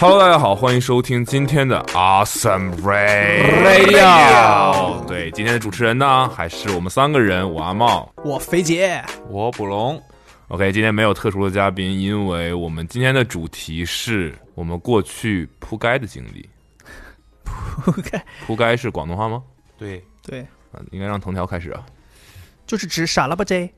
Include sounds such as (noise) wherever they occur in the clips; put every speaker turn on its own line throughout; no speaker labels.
Hello，大家好，欢迎收听今天的 Awesome Radio
Radio。
对，今天的主持人呢，还是我们三个人，我阿茂。
我肥姐，
我捕龙，
OK，今天没有特殊的嘉宾，因为我们今天的主题是我们过去铺街的经历。铺街是广东话吗？
对，
对，
啊，应该让藤条开始啊。
就是指傻了吧唧，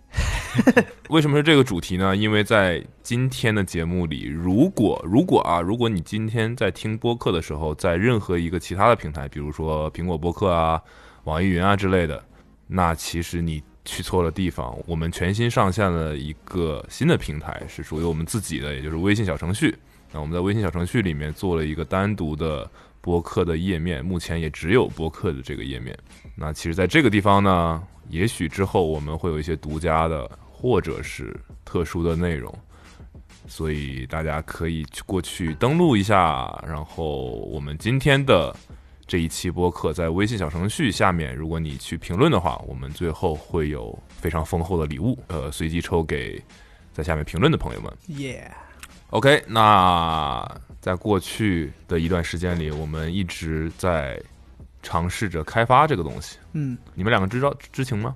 为什么是这个主题呢？因为在今天的节目里，如果如果啊，如果你今天在听播客的时候，在任何一个其他的平台，比如说苹果播客啊、网易云啊之类的，那其实你去错了地方。我们全新上线了一个新的平台，是属于我们自己的，也就是微信小程序。那我们在微信小程序里面做了一个单独的播客的页面，目前也只有播客的这个页面。那其实，在这个地方呢，也许之后我们会有一些独家的或者是特殊的内容，所以大家可以去过去登录一下。然后我们今天的这一期播客在微信小程序下面，如果你去评论的话，我们最后会有非常丰厚的礼物，呃，随机抽给在下面评论的朋友们。
耶、
OK，那在过去的一段时间里，我们一直在尝试着开发这个东西。
嗯，
你们两个知道知情吗？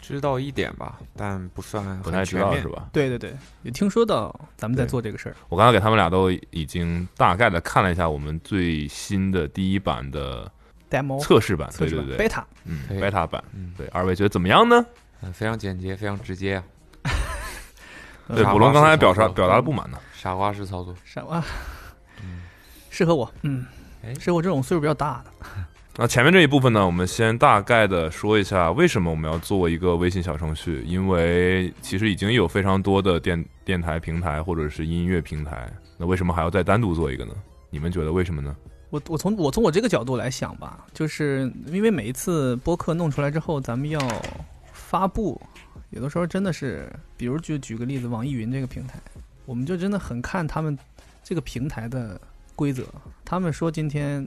知道一点吧，但不算
不
很
太知
全
道
面
是？吧？
对对对，有听说到咱们在
对
做这个事儿，
我刚才给他们俩都已经大概的看了一下我们最新的第一版的
demo
测试版，
测
对
试
对
版
对，
beta，
嗯
对
，beta 版，
嗯，
对，二位觉得怎么样呢？
呃非常简洁，非常直接啊，
嗯
对，
傻瓜
捕龙刚才表达
式操作
表达了不满呢。
傻瓜式操作。
傻瓜，适合我，嗯
哎，
适合我这种岁数比较大的，
那前面这一部分呢，我们先大概的说一下为什么我们要做一个微信小程序，因为其实已经有非常多的电电台平台或者是音乐平台，那为什么还要再单独做一个呢？你们觉得为什么呢？
我我从我从我这个角度来想吧，就是因为每一次播客弄出来之后，咱们要发布，有的时候真的是，比如就举个例子，网易云这个平台，我们就真的很看他们这个平台的规则。他们说今天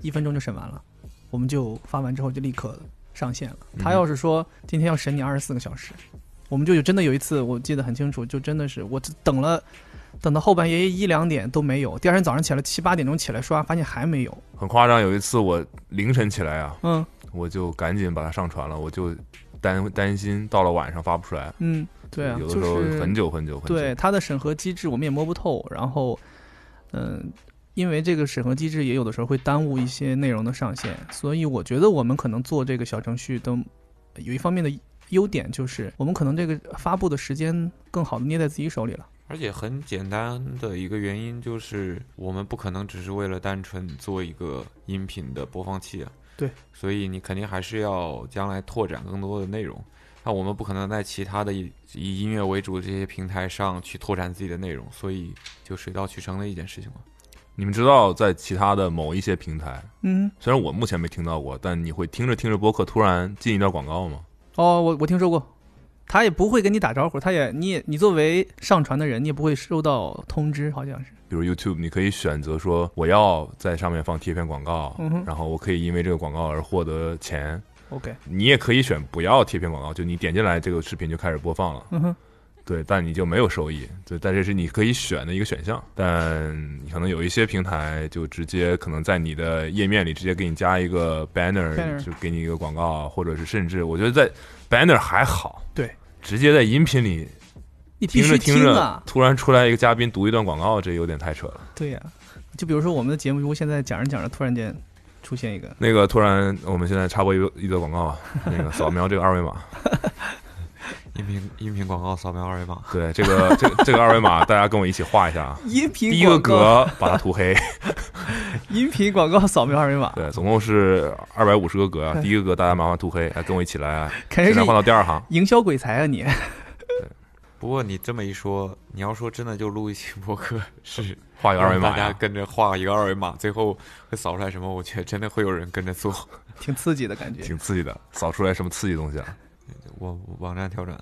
一分钟就审完了，我们就发完之后就立刻上线了。
嗯
他要是说今天要审你二十四个小时，我们就有真的有一次我记得很清楚，就真的是我等了。等到后半夜一两点都没有，第二天早上起来七八点钟起来刷，发现还没有。
很夸张，有一次我凌晨起来啊，
嗯
我就赶紧把它上传了，我就担担心到了晚上发不出来，
嗯，对啊，
有的
就
时候
是
很久很久很久，
对它的审核机制我们也摸不透，然后嗯，因为这个审核机制也有的时候会耽误一些内容的上线，所以我觉得我们可能做这个小程序的有一方面的优点就是我们可能这个发布的时间更好的捏在自己手里了。
而且很简单的一个原因就是，我们不可能只是为了单纯做一个音频的播放器啊。
对，
所以你肯定还是要将来拓展更多的内容。那我们不可能在其他的以以音乐为主的这些平台上去拓展自己的内容，所以就水到渠成的一件事情了。
你们知道，在其他的某一些平台，
嗯，
虽然我目前没听到过，但你会听着听着播客突然进一段广告吗？
哦，我我听说过。他也不会跟你打招呼，他也你也你作为上传的人，你也不会收到通知，好像是。
比如 YouTube，你可以选择说我要在上面放贴片广告，
嗯哼
然后我可以因为这个广告而获得钱。
OK，
你也可以选不要贴片广告，就你点进来这个视频就开始播放了，
嗯哼，
对，但你就没有收益。对，但这是你可以选的一个选项。但可能有一些平台就直接可能在你的页面里直接给你加一个 banner，,
Banner
就给你一个广告啊，或者是甚至我觉得在 banner 还好，
对，
直接在音频里
你
听
必
着
须
听着
啊，！
突然出来一个嘉宾读一段广告，这有点太扯了。
对呀、就比如说我们的节目，如果现在讲着讲着，突然间出现一个，
那个突然，我们现在插播一个一则广告啊，那个扫描这个二维码，
音频音频广告扫描二维码，
对，这个这个这个二维码，大家跟我一起画一下啊。
音频
第一个格把它涂黑，
音频广告扫描二维码，
对，总共是二百五十个格啊。第一个格大家麻烦涂黑，哎，跟我一起来啊，
肯
现
定是
在换到第二行。
营销鬼才啊你！ (laughs)
不过你这么一说，你要说真的就录一期播客是
画一个二维
让
码啊
大家
呀，
跟着画一个二维码，最后会扫出来什么？我觉得真的会有人跟着做。
挺刺激的感觉。
挺刺激的，扫出来什么刺激东西啊？
(laughs) 我我网站调整，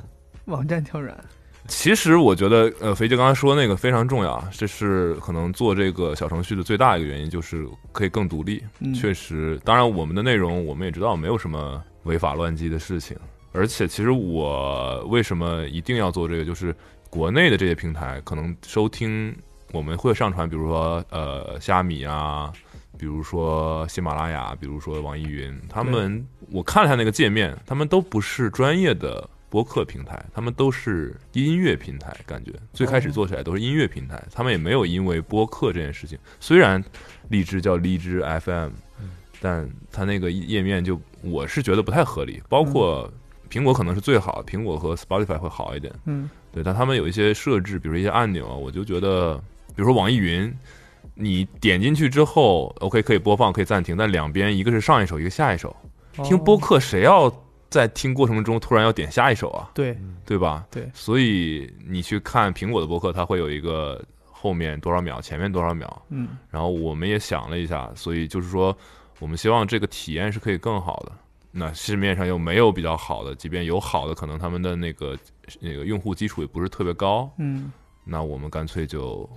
网站跳软，
其实我觉得，呃，肥姐刚才说那个非常重要啊，这是可能做这个小程序的最大一个原因，就是可以更独立。
嗯，
确实，当然我们的内容我们也知道没有什么违法乱纪的事情，而且其实我为什么一定要做这个，就是国内的这些平台可能收听我们会上传，比如说呃虾米啊，比如说喜马拉雅，比如说网易云，他们我看了一下那个界面，他们都不是专业的播客平台，他们都是音乐平台，感觉最开始做起来都是音乐平台，他们也没有因为播客这件事情，虽然荔枝叫荔枝 FM，但
嗯
它那个页面就我是觉得不太合理，包括苹果可能是最好，苹果和 Spotify 会好一点。
嗯，
对，但他们有一些设置，比如一些按钮啊，我就觉得，比如说网易云，你点进去之后，OK 可以播放，可以暂停，但两边一个是上一首，一个下一首。听播
哦
客谁要在听过程中突然要点下一首啊？
对
对吧？
对
所以你去看苹果的播客，它会有一个后面多少秒，前面多少秒。
嗯
然后我们也想了一下，所以就是说，我们希望这个体验是可以更好的。那市面上又没有比较好的，即便有好的，可能他们的那个那个用户基础也不是特别高，
嗯
那我们干脆就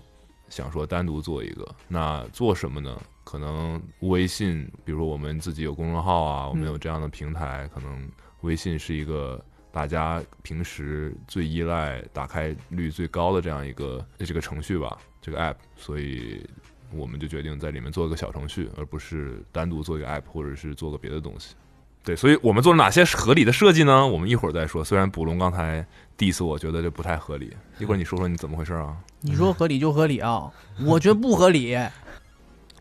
想说单独做一个。那做什么呢？可能微信，比如说我们自己有公众号啊，我们
嗯
有这样的平台，可能微信是一个大家平时最依赖、打开率最高的这样一个这个程序吧，这个 app，所以。我们就决定在里面做一个小程序，而不是单独做一个 app，或者是做个别的东西。对，所以我们做了哪些合理的设计呢？我们一会儿再说。虽然捕龙刚才 diss 我觉得这不太合理，一会儿你说说你怎么回事啊？
你说合理就合理啊， (laughs) 我觉得不合理。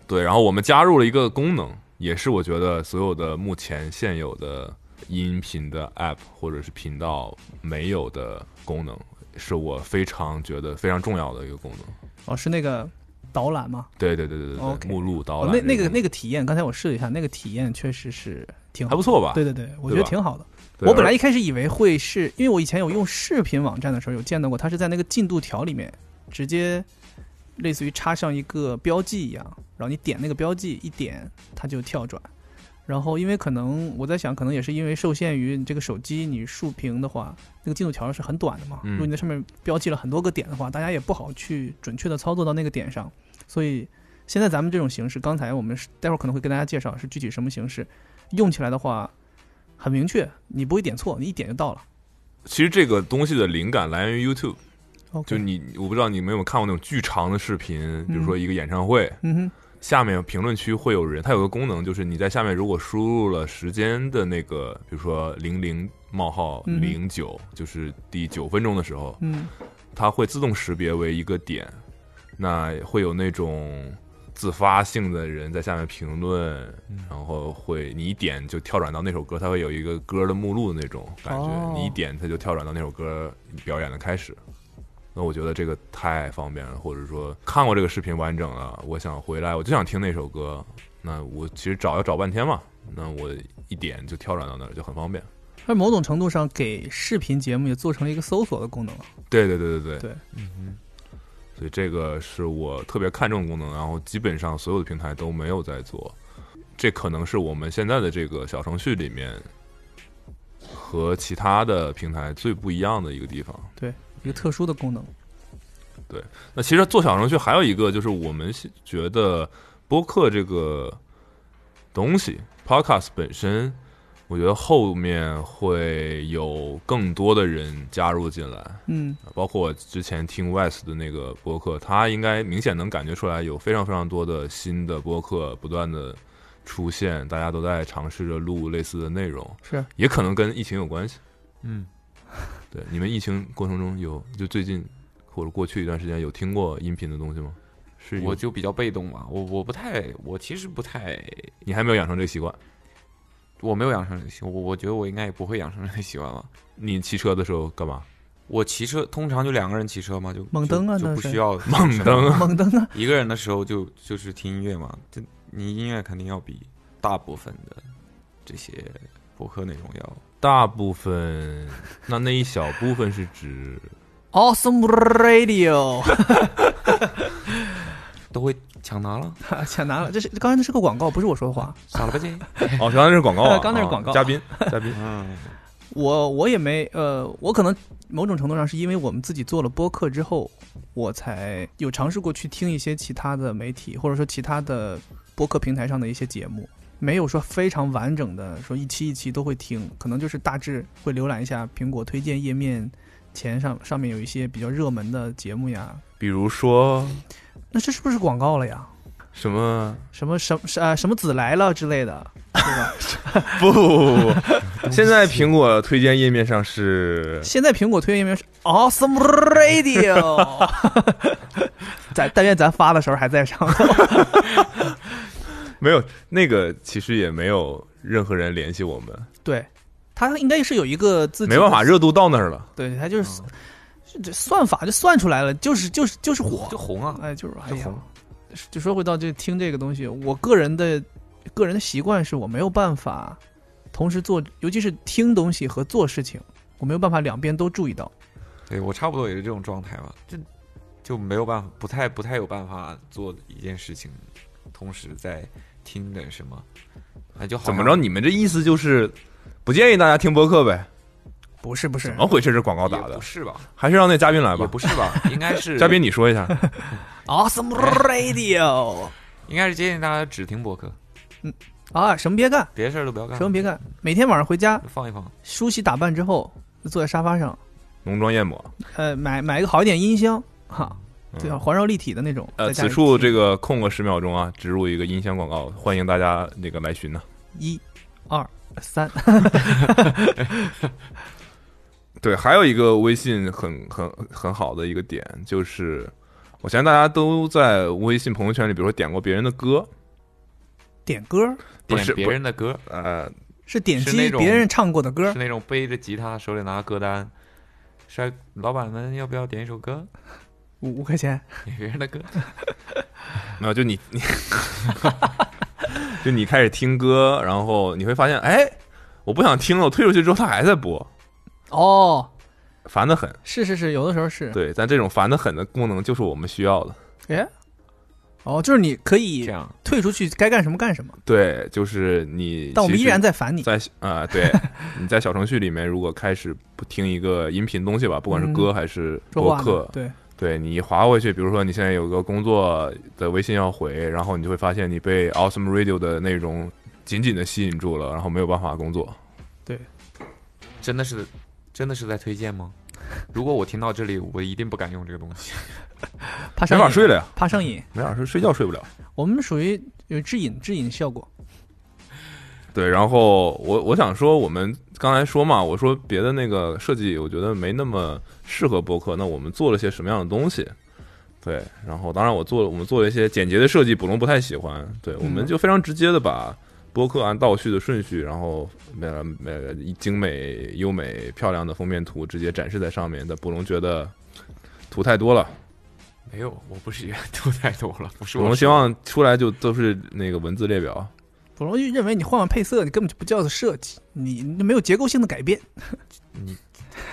对，然后我们加入了一个功能，也是我觉得所有的目前现有的音频的 app 或者是频道没有的功能，是我非常觉得非常重要的一个功能。
哦，是那个导览吗？
对对对对对对
OK
目录导
哦，
览、
那那个那个体验，刚才我试了一下，那个体验确实是挺
还
好
不。错吧？
对对对，我觉
对
得
吧
挺好的。
对啊
我本
而
来一开始以为会是因为我以前有用视频网站的时候有见到过，它是在那个进度条里面直接类似于插上一个标记一样，然后你点那个标记一点，它就跳转。然后因为可能我在想，可能也是因为受限于你这个手机你竖屏的话，那个进度条是很短的嘛，
嗯
如果你在上面标记了很多个点的话，大家也不好去准确的操作到那个点上，所以。现在咱们这种形式，刚才我们是待会儿可能会跟大家介绍是具体什么形式，用起来的话很明确，你不会点错，你一点就到了。
其实这个东西的灵感来源于 YouTube，就
OK，
你我不知道你们有没有看过那种巨长的视频，比如说一个演唱会，
嗯哼，
下面评论区会有人，它有个功能，就是你在下面如果输入了时间的那个，比如说零零冒号
嗯
零九、就是第九分钟的时候，
嗯，
它会自动识别为一个点。那会有那种自发性的人在下面评论，然后会你一点就跳转到那首歌，它会有一个歌的目录的那种感觉，
哦
你一点它就跳转到那首歌表演的开始。那我觉得这个太方便了，或者说看过这个视频完整了，我想回来我就想听那首歌，那我其实找要找半天嘛，那我一点就跳转到那儿就很方便。
它某种程度上给视频节目也做成了一个搜索的功能了。
对对对对对，
对
嗯
所以这个是我特别看重的功能，然后基本上所有的平台都没有在做。这可能是我们现在的这个小程序里面和其他的平台最不一样的一个地方。
一个特殊的功能，
那其实做小程序还有一个就是我们觉得播客这个东西，podcast 本身，我觉得后面会有更多的人加入进来。
嗯，
包括我之前听 West 的那个播客，他应该明显能感觉出来，有非常非常多的新的播客不断的出现，大家都在尝试着录类似的内容，
是
也可能跟疫情有关系。
嗯
对，你们疫情过程中有就最近或者过去一段时间有听过音频的东西吗？是
嗯，
有
我就比较被动嘛，我我不太，我其实不太，
你还没有养成这个习惯。
我没有养成这个习惯，我我觉得我应该也不会养成这个习惯吧。
你骑车的时候干嘛？
我骑车通常就两个人骑车嘛，就
猛蹬啊
就就
那
不
是
需 (laughs) 要
猛蹬啊
猛登啊，
一个人的时候就就是听音乐嘛，这你音乐肯定要比大部分的这些博客内容要
大部分，那那一小部分是指
Awesome (laughs) Radio，
都会抢答了，
抢答了，这是刚才那是个广告，不是我说的话。
傻了吧唧？
哦，刚才那是广告啊，
(laughs) 刚才是广告
啊嘉宾嘉宾，
(laughs) 嗯，
我我也没呃，我可能某种程度上是因为我们自己做了播客之后，我才有尝试过去听一些其他的媒体或者说其他的播客平台上的一些节目，没有说非常完整的说一期一期都会听，可能就是大致会浏览一下苹果推荐页面前上上面有一些比较热门的节目呀，
比如说
那这是不是广告了呀？
什么？
什么什么啊什么子来了之类的，对吧？
不不 (laughs) 不不不，现在苹果推荐页面上 (laughs) 是
现在苹果推荐页面是 Awesome Radio，咱但愿咱发的时候还在上头。
没有那个，其实也没有任何人联系我们，
(laughs) 对，它应该是有一个自己
没
的
办法，热度到那儿了。
对，它就是、这算法就算出来了，就是就是就是火，
就红啊，
哎，就是哎
就
呀
红，
就说回到这听这个东西，我个人的个人的习惯是我没有办法同时做，尤其是听东西和做事情，我没有办法两边都注意到。
对我差不多也是这种状态吧，就就没有办法，不太不太有办法做一件事情，同时在听点什么，哎，就好
怎么
像
着？你们这意思就是不建议大家听播客呗？
不是不是
怎，么回事？这广告
也
打的
不，是吧？
还是让那嘉宾来
也
吧。
不是吧？应该是
嘉宾，你说一 (laughs) 下。
Awesome Radio
应该是建议大家只听播客，
啊，什么别干，
别的事儿都不要干，
什么别干，每天晚上回家
放一放。
梳洗打扮之后，坐在沙发上，
浓妆艳抹。
呃，买买一个好一点音箱，哈，
嗯
最好环绕立体的那种。
(laughs) 呃，
在家
此
里
处
听
这个空个十秒钟啊，植入一个音箱广告，欢迎大家那个来寻呢、
一、二、三， (laughs)
对，还有一个微信很很很好的一个点就是，我相信大家都在微信朋友圈里，比如说点过别人的歌，
点歌
不
点
是
别
不
人的歌，
呃，
是点
是
击
那种
别人唱过的歌
是，那种背着吉他，手里拿歌单，说老板们要不要点一首歌？ (laughs)
五五块钱。
点别人的歌，
没有，就你你，就你开始听歌，然后你会发现，哎，我不想听了，我退出去之后他还在播，
哦，
烦得很。
是是是，有的时候是。
对，但这种烦得很的功能就是我们需要的。
哦，就是 (laughs) 你可
这
以
样
退出去，该干什么干什么，
对，就是你，
但我们依然在烦你。
在啊、对你在小程序里面，如果开始不听一个音频东西吧，不管是歌还是
嗯说
播
话呢
客，
对，
对你一划回去，比如说你现在有个工作的微信要回，然后你就会发现你被 Awesome Radio 的内容紧紧的吸引住了，然后没有办法工作。
真的是真的是在推荐吗？如果我听到这里，我一定不敢用这个东西。
怕
没
上
法
瘾，
睡了呀，
怕上瘾。
没法睡，睡觉睡不了。
我们属于有致瘾，致瘾效果。
对，然后我我想说，我们刚才说嘛，我说别的那个设计，我觉得没那么适合播客。那我们做了些什么样的东西？对，然后当然我做了，我们做了一些简洁的设计，捕龙不太喜欢。对，我们就非常直接的把播客按倒叙的顺序，然后呃呃精美、优美、漂亮的封面图直接展示在上面。但捕龙觉得图太多了，
没有，我不 (laughs) 是原图太多了，不是
捕
我
龙
说
希望出来就都是那个文字列表。
普罗玉认为你换换配色，你根本就不叫做设计，你你没有结构性的改变。
你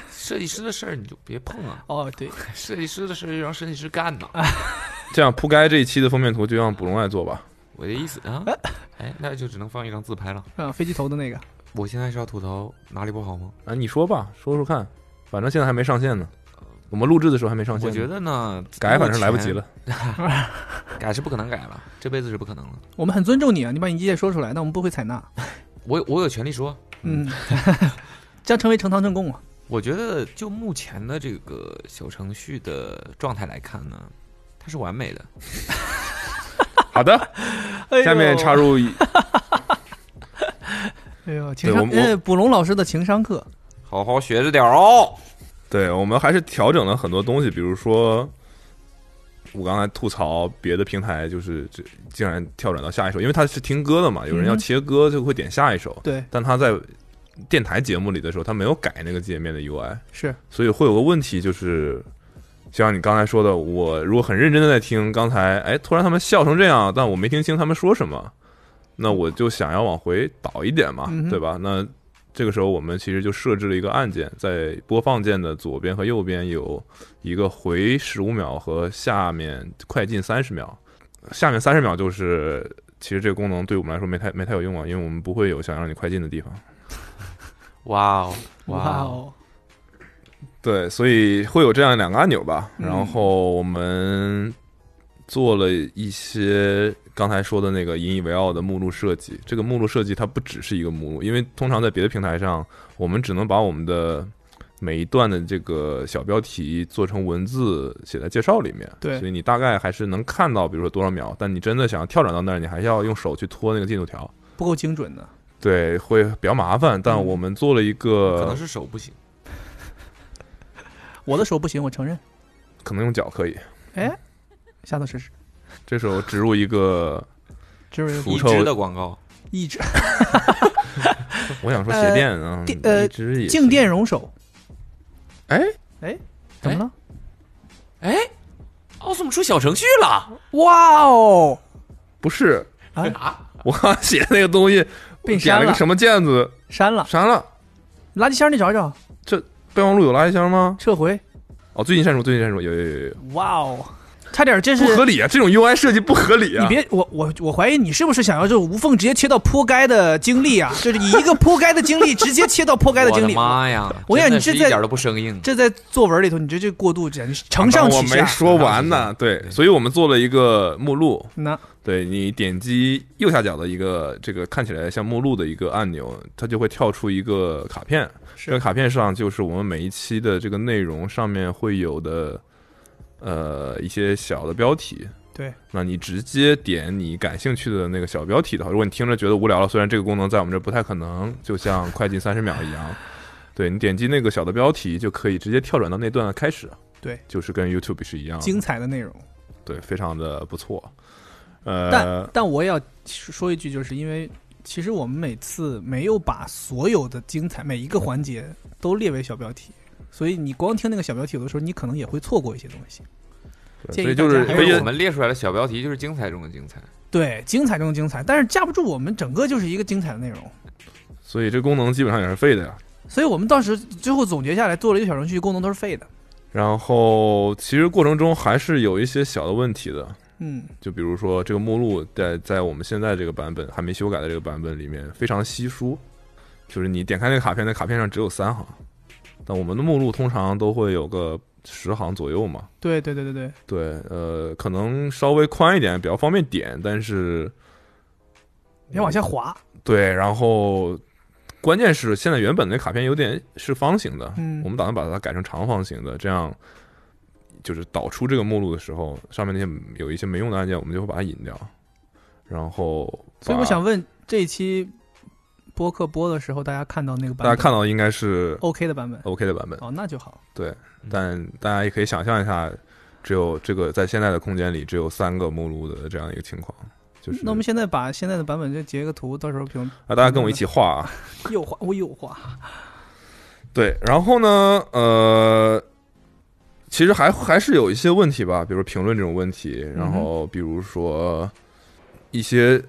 设计师的事儿你就别碰啊，
哦，对，
(laughs) 设计师的事儿就让设计师干呐。
这样铺盖这一期的封面图就让捕龙来做吧。
我的意思啊，哎，那就只能放一张自拍了。
啊，飞机头的那个，
我现在是要吐槽哪里不好吗？
啊，你说吧，说说看，反正现在还没上线呢。我们录制的时候还没上线
我
呢，
觉得呢，
改反正来不及，了。
改是不可能改了，这辈子是不可能了。
我们很尊重你啊，你把你意见说出来，但我们不会采纳。
我我有权利说，
嗯， (laughs) 将成为呈堂证供啊。
我觉得就目前的这个小程序的状态来看呢，它是完美的。
好
(laughs)
的，下面插入一，
哎呦，情
对我
商
们我
呃，捕龙老师的情商课，
好好学着点儿哦。
对我们还是调整了很多东西，比如说我刚才吐槽别的平台，就是这竟然跳转到下一首，因为他是听歌的嘛，有人要
嗯
切歌就会点下一首，
对，
但他在电台节目里的时候，他没有改那个界面的 UI，
是
所以会有个问题就是，就像你刚才说的，我如果很认真的在听，刚才哎突然他们笑成这样，但我没听清他们说什么，那我就想要往回倒一点嘛，
嗯哼
对吧？那这个时候我们其实就设置了一个按键，在播放键的左边和右边有一个回十五秒和下面快进三十秒，下面三十秒就是。其实这个功能对我们来说没太没太有用啊，因为我们不会有想让你快进的地方。
哇哦，
哇
哦，
哦，
对，所以会有这样两个按钮吧。
嗯
然后我们做了一些刚才说的那个引以为傲的目录设计。这个目录设计它不只是一个目录，因为通常在别的平台上，我们只能把我们的每一段的这个小标题做成文字写在介绍里面，
对
所以你大概还是能看到，比如说多少秒，但你真的想要跳转到那儿，你还是要用手去拖那个进度条，
不够精准的。
对，会比较麻烦。但
嗯
我们做了一
可能
个，
是手不行。
我的手不行，我承认，
可能用脚可以，
下次试试。
这时候植入一个，
(laughs) 就是
除
移
臭
植的广告，
一直
我想说鞋垫啊，
电呃
一直也
静电容手，
哎
哎，怎么了？
哎，奥斯姆出小程序了，
哇哦，
不是 (laughs)
啊，
我刚刚写的那个东
(laughs)
西
被
点
删
了
了哦
个，什么键子，
删了，
删了。
垃圾箱你找一找，
备忘录有垃圾箱吗？
撤回。
哦，最近删除，最近删除，有有有有有，
哇哦，差点，这是
不合理啊！这种 UI 设计不合理啊！
你别，我我我怀疑你是不是想要就是无缝直接切到坡盖的经历啊？就是以一个坡盖的经历直接切到坡盖的
我
经历，
妈呀！
我跟你讲
真的
你这
是一
在
点都不生硬。
这在作文里头，你这这过渡简直是承上
啊我
启
没
下。
说完呢，对，所以我们做了一个目录，
那
对你点击右下角的一个这个看起来像目录的一个按钮，它就会跳出一个卡片，这个
是
卡片上就是我们每一期的这个内容上面会有的，呃，一些小的标题。
对，
那你直接点你感兴趣的那个小标题的话，如果你听着觉得无聊了，虽然这个功能在我们这儿不太可能，就像快进三十秒一样，对你点击那个小的标题就可以直接跳转到那段的开始。
对，
就是跟 YouTube 是一样的。
精彩的内容。
对，非常的不错。
但
呃，
但我也要说一句，就是因为其实我们每次没有把所有的精彩每一个环节都列为小标题，所以你光听那个小标题，有的时候你可能也会错过一些东西。
对所
建议
以就
大
是
家还
因为
也
我们列出来的小标题就是精彩中的精彩，
对，精彩中的精彩，但是架不住我们整个就是一个精彩的内容。
所以这功能基本上也是废的呀。
所以我们当时最后总结下来，做了一个小程序，功能都是废的。
然后其实过程中还是有一些小的问题的，
嗯，
就比如说这个目录在在我们现在这个版本还没修改的这个版本里面非常稀疏，就是你点开那个卡片，那卡片上只有三行，但我们的目录通常都会有个十行左右嘛。
对对对对对，
对，呃，可能稍微宽一点，比较方便点，但是
别往下滑。
对，然后关键是现在原本那卡片有点是方形的，
嗯
我们打算把它改成长方形的，这样就是导出这个目录的时候，上面那些有一些没用的按键，我们就会把它引掉。然后把，
所以我想问，这一期播客播的时候，大家看到那个版
大家
本，
看到应该是
OK 的版本
OK 的版本，
哦，那就好。
但大家也可以想象一下，只有这个在现在的空间里只有三个目录的这样一个情况，就是
嗯那我们现在把现在的版本就截个图，到时候评
啊，大家跟我一起画啊，
右滑，我右滑。
对，然后呢，呃，其实还还是有一些问题吧，比如评论这种问题，然后比如说一些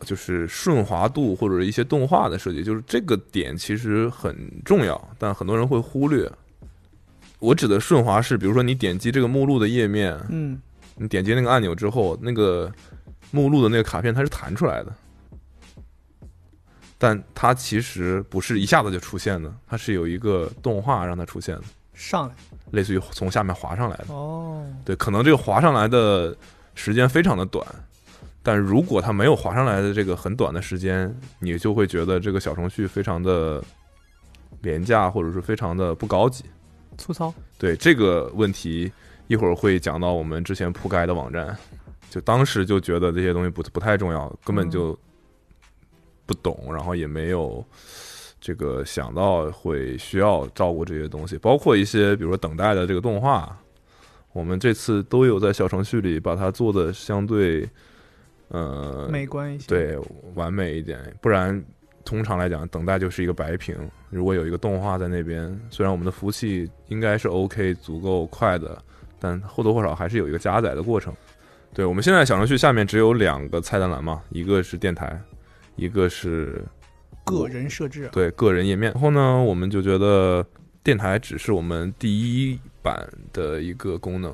就是顺滑度或者一些动画的设计，就是这个点其实很重要，但很多人会忽略。我指的顺滑是，比如说你点击这个目录的页面，
嗯，
你点击那个按钮之后，那个目录的那个卡片它是弹出来的，但它其实不是一下子就出现的，它是有一个动画让它出现的，
上来。
类似于从下面滑上来的。
哦，
对，可能这个滑上来的时间非常的短，但如果它没有滑上来的这个很短的时间，你就会觉得这个小程序非常的廉价，或者是非常的不高级。
粗糙。
对这个问题，一会儿会讲到我们之前铺盖的网站，就当时就觉得这些东西不不太重要，根本就不懂，然后也没有这个想到会需要照顾这些东西，包括一些比如说等待的这个动画，我们这次都有在小程序里把它做的相对呃
美观一些。，
对完美一点，不然通常来讲，等待就是一个白屏。如果有一个动画在那边，虽然我们的服务器应该是 OK 足够快的，但或多或少还是有一个加载的过程。对我们现在小程序下面只有两个菜单栏嘛，一个是电台，一个是
个人设置啊。
对个人页面。然后呢，我们就觉得电台只是我们第一版的一个功能，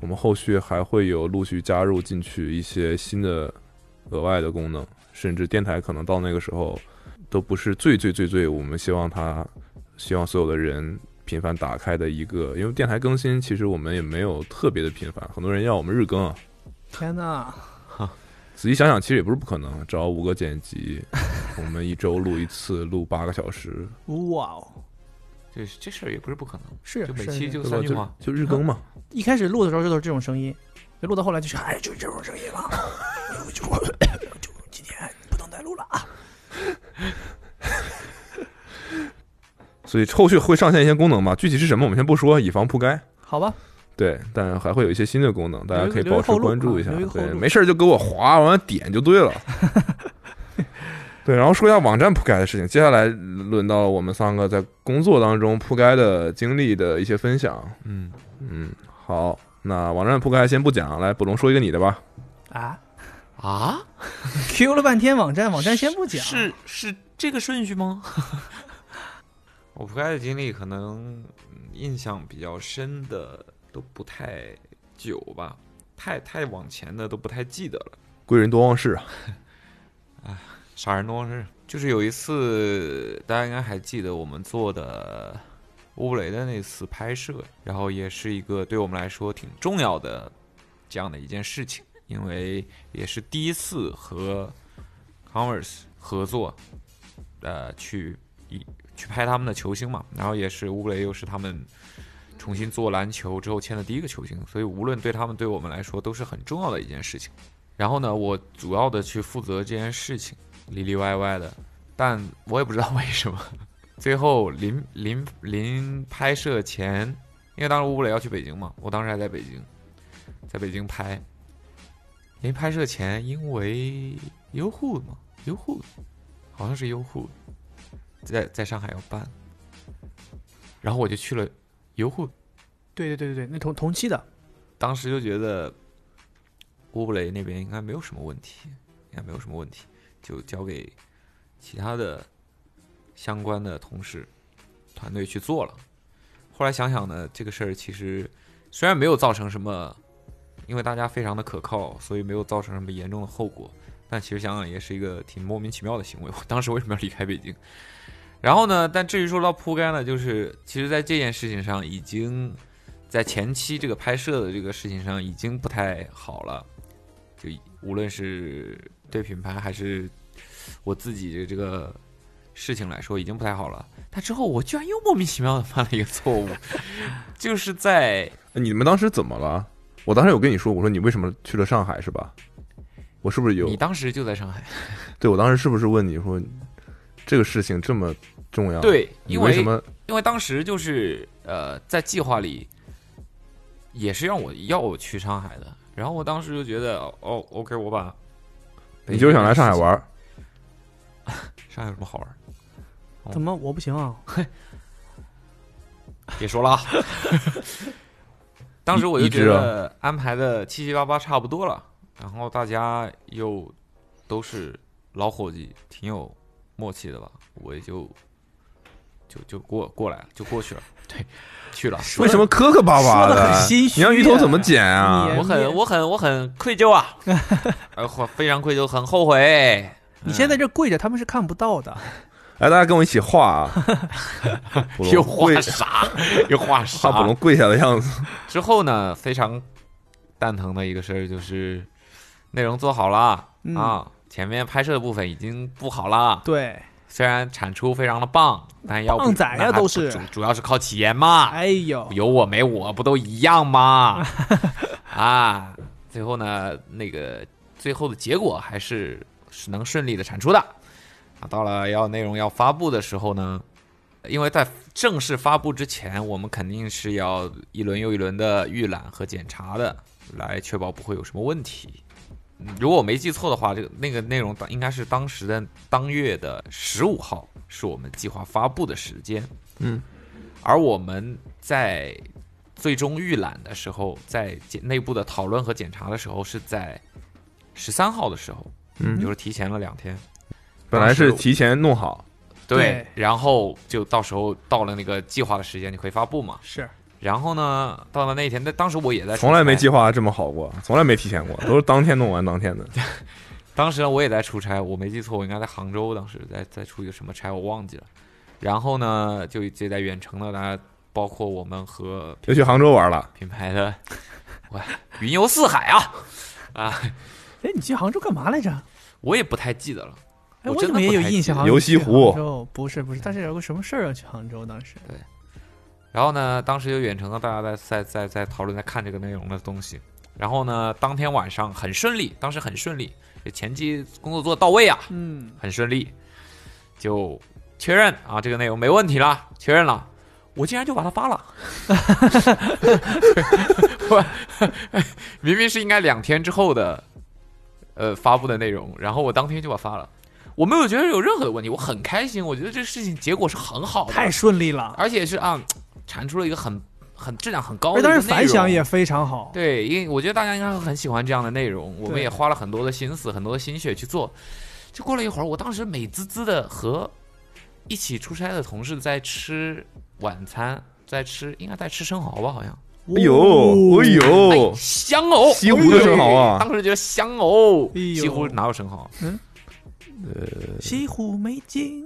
我们后续还会有陆续加入进去一些新的额外的功能，甚至电台可能到那个时候都不是最最最最我们希望它希望所有的人。频繁打开的一个，因为电台更新，其实我们也没有特别的频繁，很多人要我们日更啊。
天哪，
仔细想想，其实也不是不可能，找五个剪辑，我们一周录一次，录八个小时，
哇哦，
这这事儿也不是不可能，
是
就每
是
期
是
就
对吧
三句
就
话，
就日更嘛，
一开始录的时候就都是这种声音，就录到后来就是哎，就是这种声音了，就就就今天不能再录了啊。
所以后续会上线一些功能嘛，具体是什么我们先不说，以防铺盖。
好吧，
对，但还会有一些新的功能，大家可以
留
保
一个
持关注一下。
留一个后路
对，
啊留一个后路
没事儿就给我划往上点就对
(laughs)
了。对，然后说一下网站铺盖的事情。接下来轮到我们三个在工作当中铺盖的经历的一些分享。
嗯，
嗯，好，那网站铺盖先不讲，来，卜龙说一个你的吧。
啊
啊，
，Q 了半天网站，网站先不讲，
是是这个顺序吗？ (laughs) 我铺盖的经历可能嗯印象比较深的都不太久吧，太太往前的都不太记得了。
贵人多忘事啊，
傻人多是，就是有一次，大家应该还记得我们做的乌布雷的那次拍摄，然后也是一个对我们来说挺重要的这样的一件事情，因为也是第一次和 Converse 合作，呃，去一去拍他们的球星嘛，然后也是乌布雷又是他们重新做篮球之后签的第一个球星，所以无论对他们对我们来说都是很重要的一件事情。然后呢，我主要的去负责这件事情。里里外外的，但我也不知道为什么，最后临临临拍摄前，因为当时乌布雷要去北京嘛，我当时还在北京，在北京拍。临拍摄前，因为优酷嘛，优酷好像是优酷，在在上海要办，然后我就去了优酷，
对对对对对，那同同期的，
当时就觉得乌布雷那边应该没有什么问题，应该没有什么问题，就交给其他的相关的同事团队去做了。后来想想呢，这个事儿其实虽然没有造成什么，因为大家非常的可靠，所以没有造成什么严重的后果。但其实想想也是一个挺莫名其妙的行为。我当时为什么要离开北京？然后呢？但至于说到铺盖呢，就是其实，在这件事情上已经在前期这个拍摄的这个事情上已经不太好了，就无论是对品牌还是我自己的这个事情来说，已经不太好了。但之后我居然又莫名其妙的犯了一个
(laughs)
错误，就是在
哎你们当时怎么了？我当时有跟你说，我说你为什么去了上海是吧？我是不是有
你当时就在上海，
对我当时是不是问你说这个事情这么重要？
对，
你
因
为
为哎
什么？
因为当时就是呃，在计划里也是让我要我去上海的，然后我当时就觉得哦，OK，我把
你就是想来上海玩儿？
上海有什么好玩儿？哦
怎么我不行啊？
别说了啊。 (laughs) 当时我就觉
一直
得安排的七七八八差不多了，然后大家又都是老伙计，挺有默契的吧，我也就就就过过来了，就过去了， (laughs) 对，去了。
为什么磕磕巴巴
说得很心虚
你让鱼头怎么剪
你
啊？
我很我很我很愧
(laughs)
疚啊，呃，我非常愧疚，很后悔。
你
嗯
现在这跪着，他们是看不到的。
来，大家跟我一起画啊！捕龙
又画
跪
啥？ (laughs) 又画啥？
画捕龙跪下的样子，
之后呢，非常蛋疼的一个事儿就是，内容做好了、
嗯
啊，前面拍摄的部分已经布好了，
对，
虽然产出非常的棒，但要不
棒仔呀
那还
都是
主主要是靠起源嘛，
哎呦，
有我没我不都一样吗？ (laughs) 啊，最后呢，那个最后的结果还是是能顺利的产出的。啊，到了要内容要发布的时候呢，因为在正式发布之前，我们肯定是要一轮又一轮的预览和检查的，来确保不会有什么问题。嗯如果我没记错的话，这个那个内容当应该是当时的当月的十五号是我们计划发布的时间。
嗯，
而我们在最终预览的时候，在检内部的讨论和检查的时候是在十三号的时候，
嗯
就是提前了两天。
本来是提前弄好，
对
对，
然后就到时候到了那个计划的时间，你可以发布嘛。
是
然后呢，到了那一天，但当时我也在出差，
从来没计划这么好过，从来没提前过，都是当天弄完当天的。
当时我也在出差，我没记错，我应该在杭州，当时在在出一个什么差，我忘记了。然后呢，就接在远程的，大家包括我们和
又去杭州玩了，
品牌的， (laughs) 哇，云游四海啊啊，
哎，你去杭州干嘛来着？
我也不太记得了。
哎，
我
我怎
真的
么也
不
有
太
印
记得
象？好像
游
去
西湖
杭州不是不是，但是有个什么事儿要去杭州，当时
然后呢，当时就远程的大家在在在在讨论在看这个内容的东西。然后呢，当天晚上很顺利，当时很顺利，这前期工作做得到位啊，
嗯，
很顺利，就确认啊，这个内容没问题了，确认了。我竟然就把它发了， (laughs) 我明明是应该两天之后的，呃，发布的内容，然后我当天就把它发了，我没有觉得有任何的问题，我很开心，我觉得这个事情结果是很好的，
太顺利了，
而且是啊，产出了一个很很质量很高的
而
一个
哎当
内
时
容，
反响也非常好。
对，因为我觉得大家应该会很喜欢这样的内容，我们
对
也花了很多的心思、很多的心血去做。就过了一会儿，我当时美滋滋的和一起出差的同事在吃晚餐，在吃应该在吃生蚝吧，好像、
哎
哦
呦，哎呦
哎，香藕，
西湖的生蚝啊
哎当时觉得香藕，
哎呦
西湖哪有生蚝？啊
西湖美景，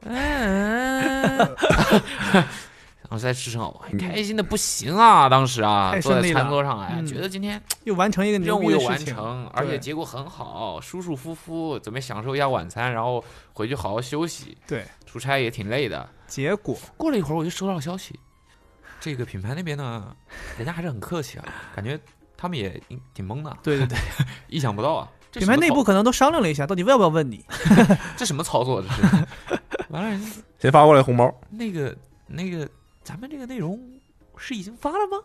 嗯，然 (laughs) 后在吃生蚝，哎开心的不行啊！当时啊，
嗯太
坐
顺
在
利
餐
了
桌上，哎呀，
嗯
觉得今天
又完成一个牛逼
任务
的
又
事
完
情，
成，而且
对
结果很好，舒舒服服，准备享受一下晚餐，然后回去好好休息。
对，
出差也挺累的。
结果
过了一会儿，我就收到消息，这个品牌那边
(laughs)
呢，人家还是很客气啊，感觉他们也挺懵的，
对对 (laughs) 对，
意想不到啊。这
品牌
什么
内
操
部可能都商量了一下，到底要不要问你？
这什么操作？这
(laughs)
是完了，人家
谁发过来红包？
那个那个，咱们这个内容是已经发了吗？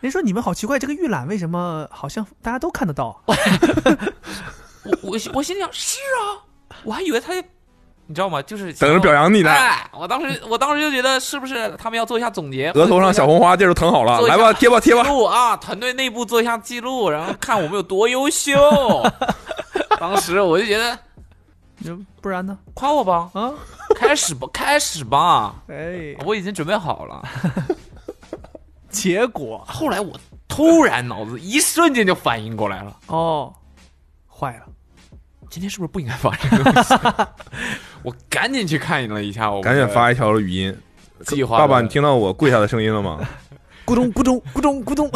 人说你们好奇怪，这个预览为什么好像大家都看得到？
我我我心里想是啊，我还以为他，你知道吗？就是
等着表扬你呢，
哎，我当时我当时就觉得是不是他们要做一下总结，
额头上小红花地儿都疼好了，
做一下
来吧，贴吧贴
做一
吧
下记。录啊，团队内部做一下记录，然后看我们有多优秀。 (laughs) 当时我就觉得
你说不然呢？
夸我吧，
啊，
开始吧，开始吧，
哎，
我已经准备好了。
结果
后来我突然脑子一瞬间就反应过来了，
哦，坏了，
今天是不是不应该发这个东西？我赶紧去看了一下我，
赶紧发一条语音，
计划的。
爸爸，你听到我跪下的声音了吗？
咕咚咕咚咕咚咕
(laughs)
咚，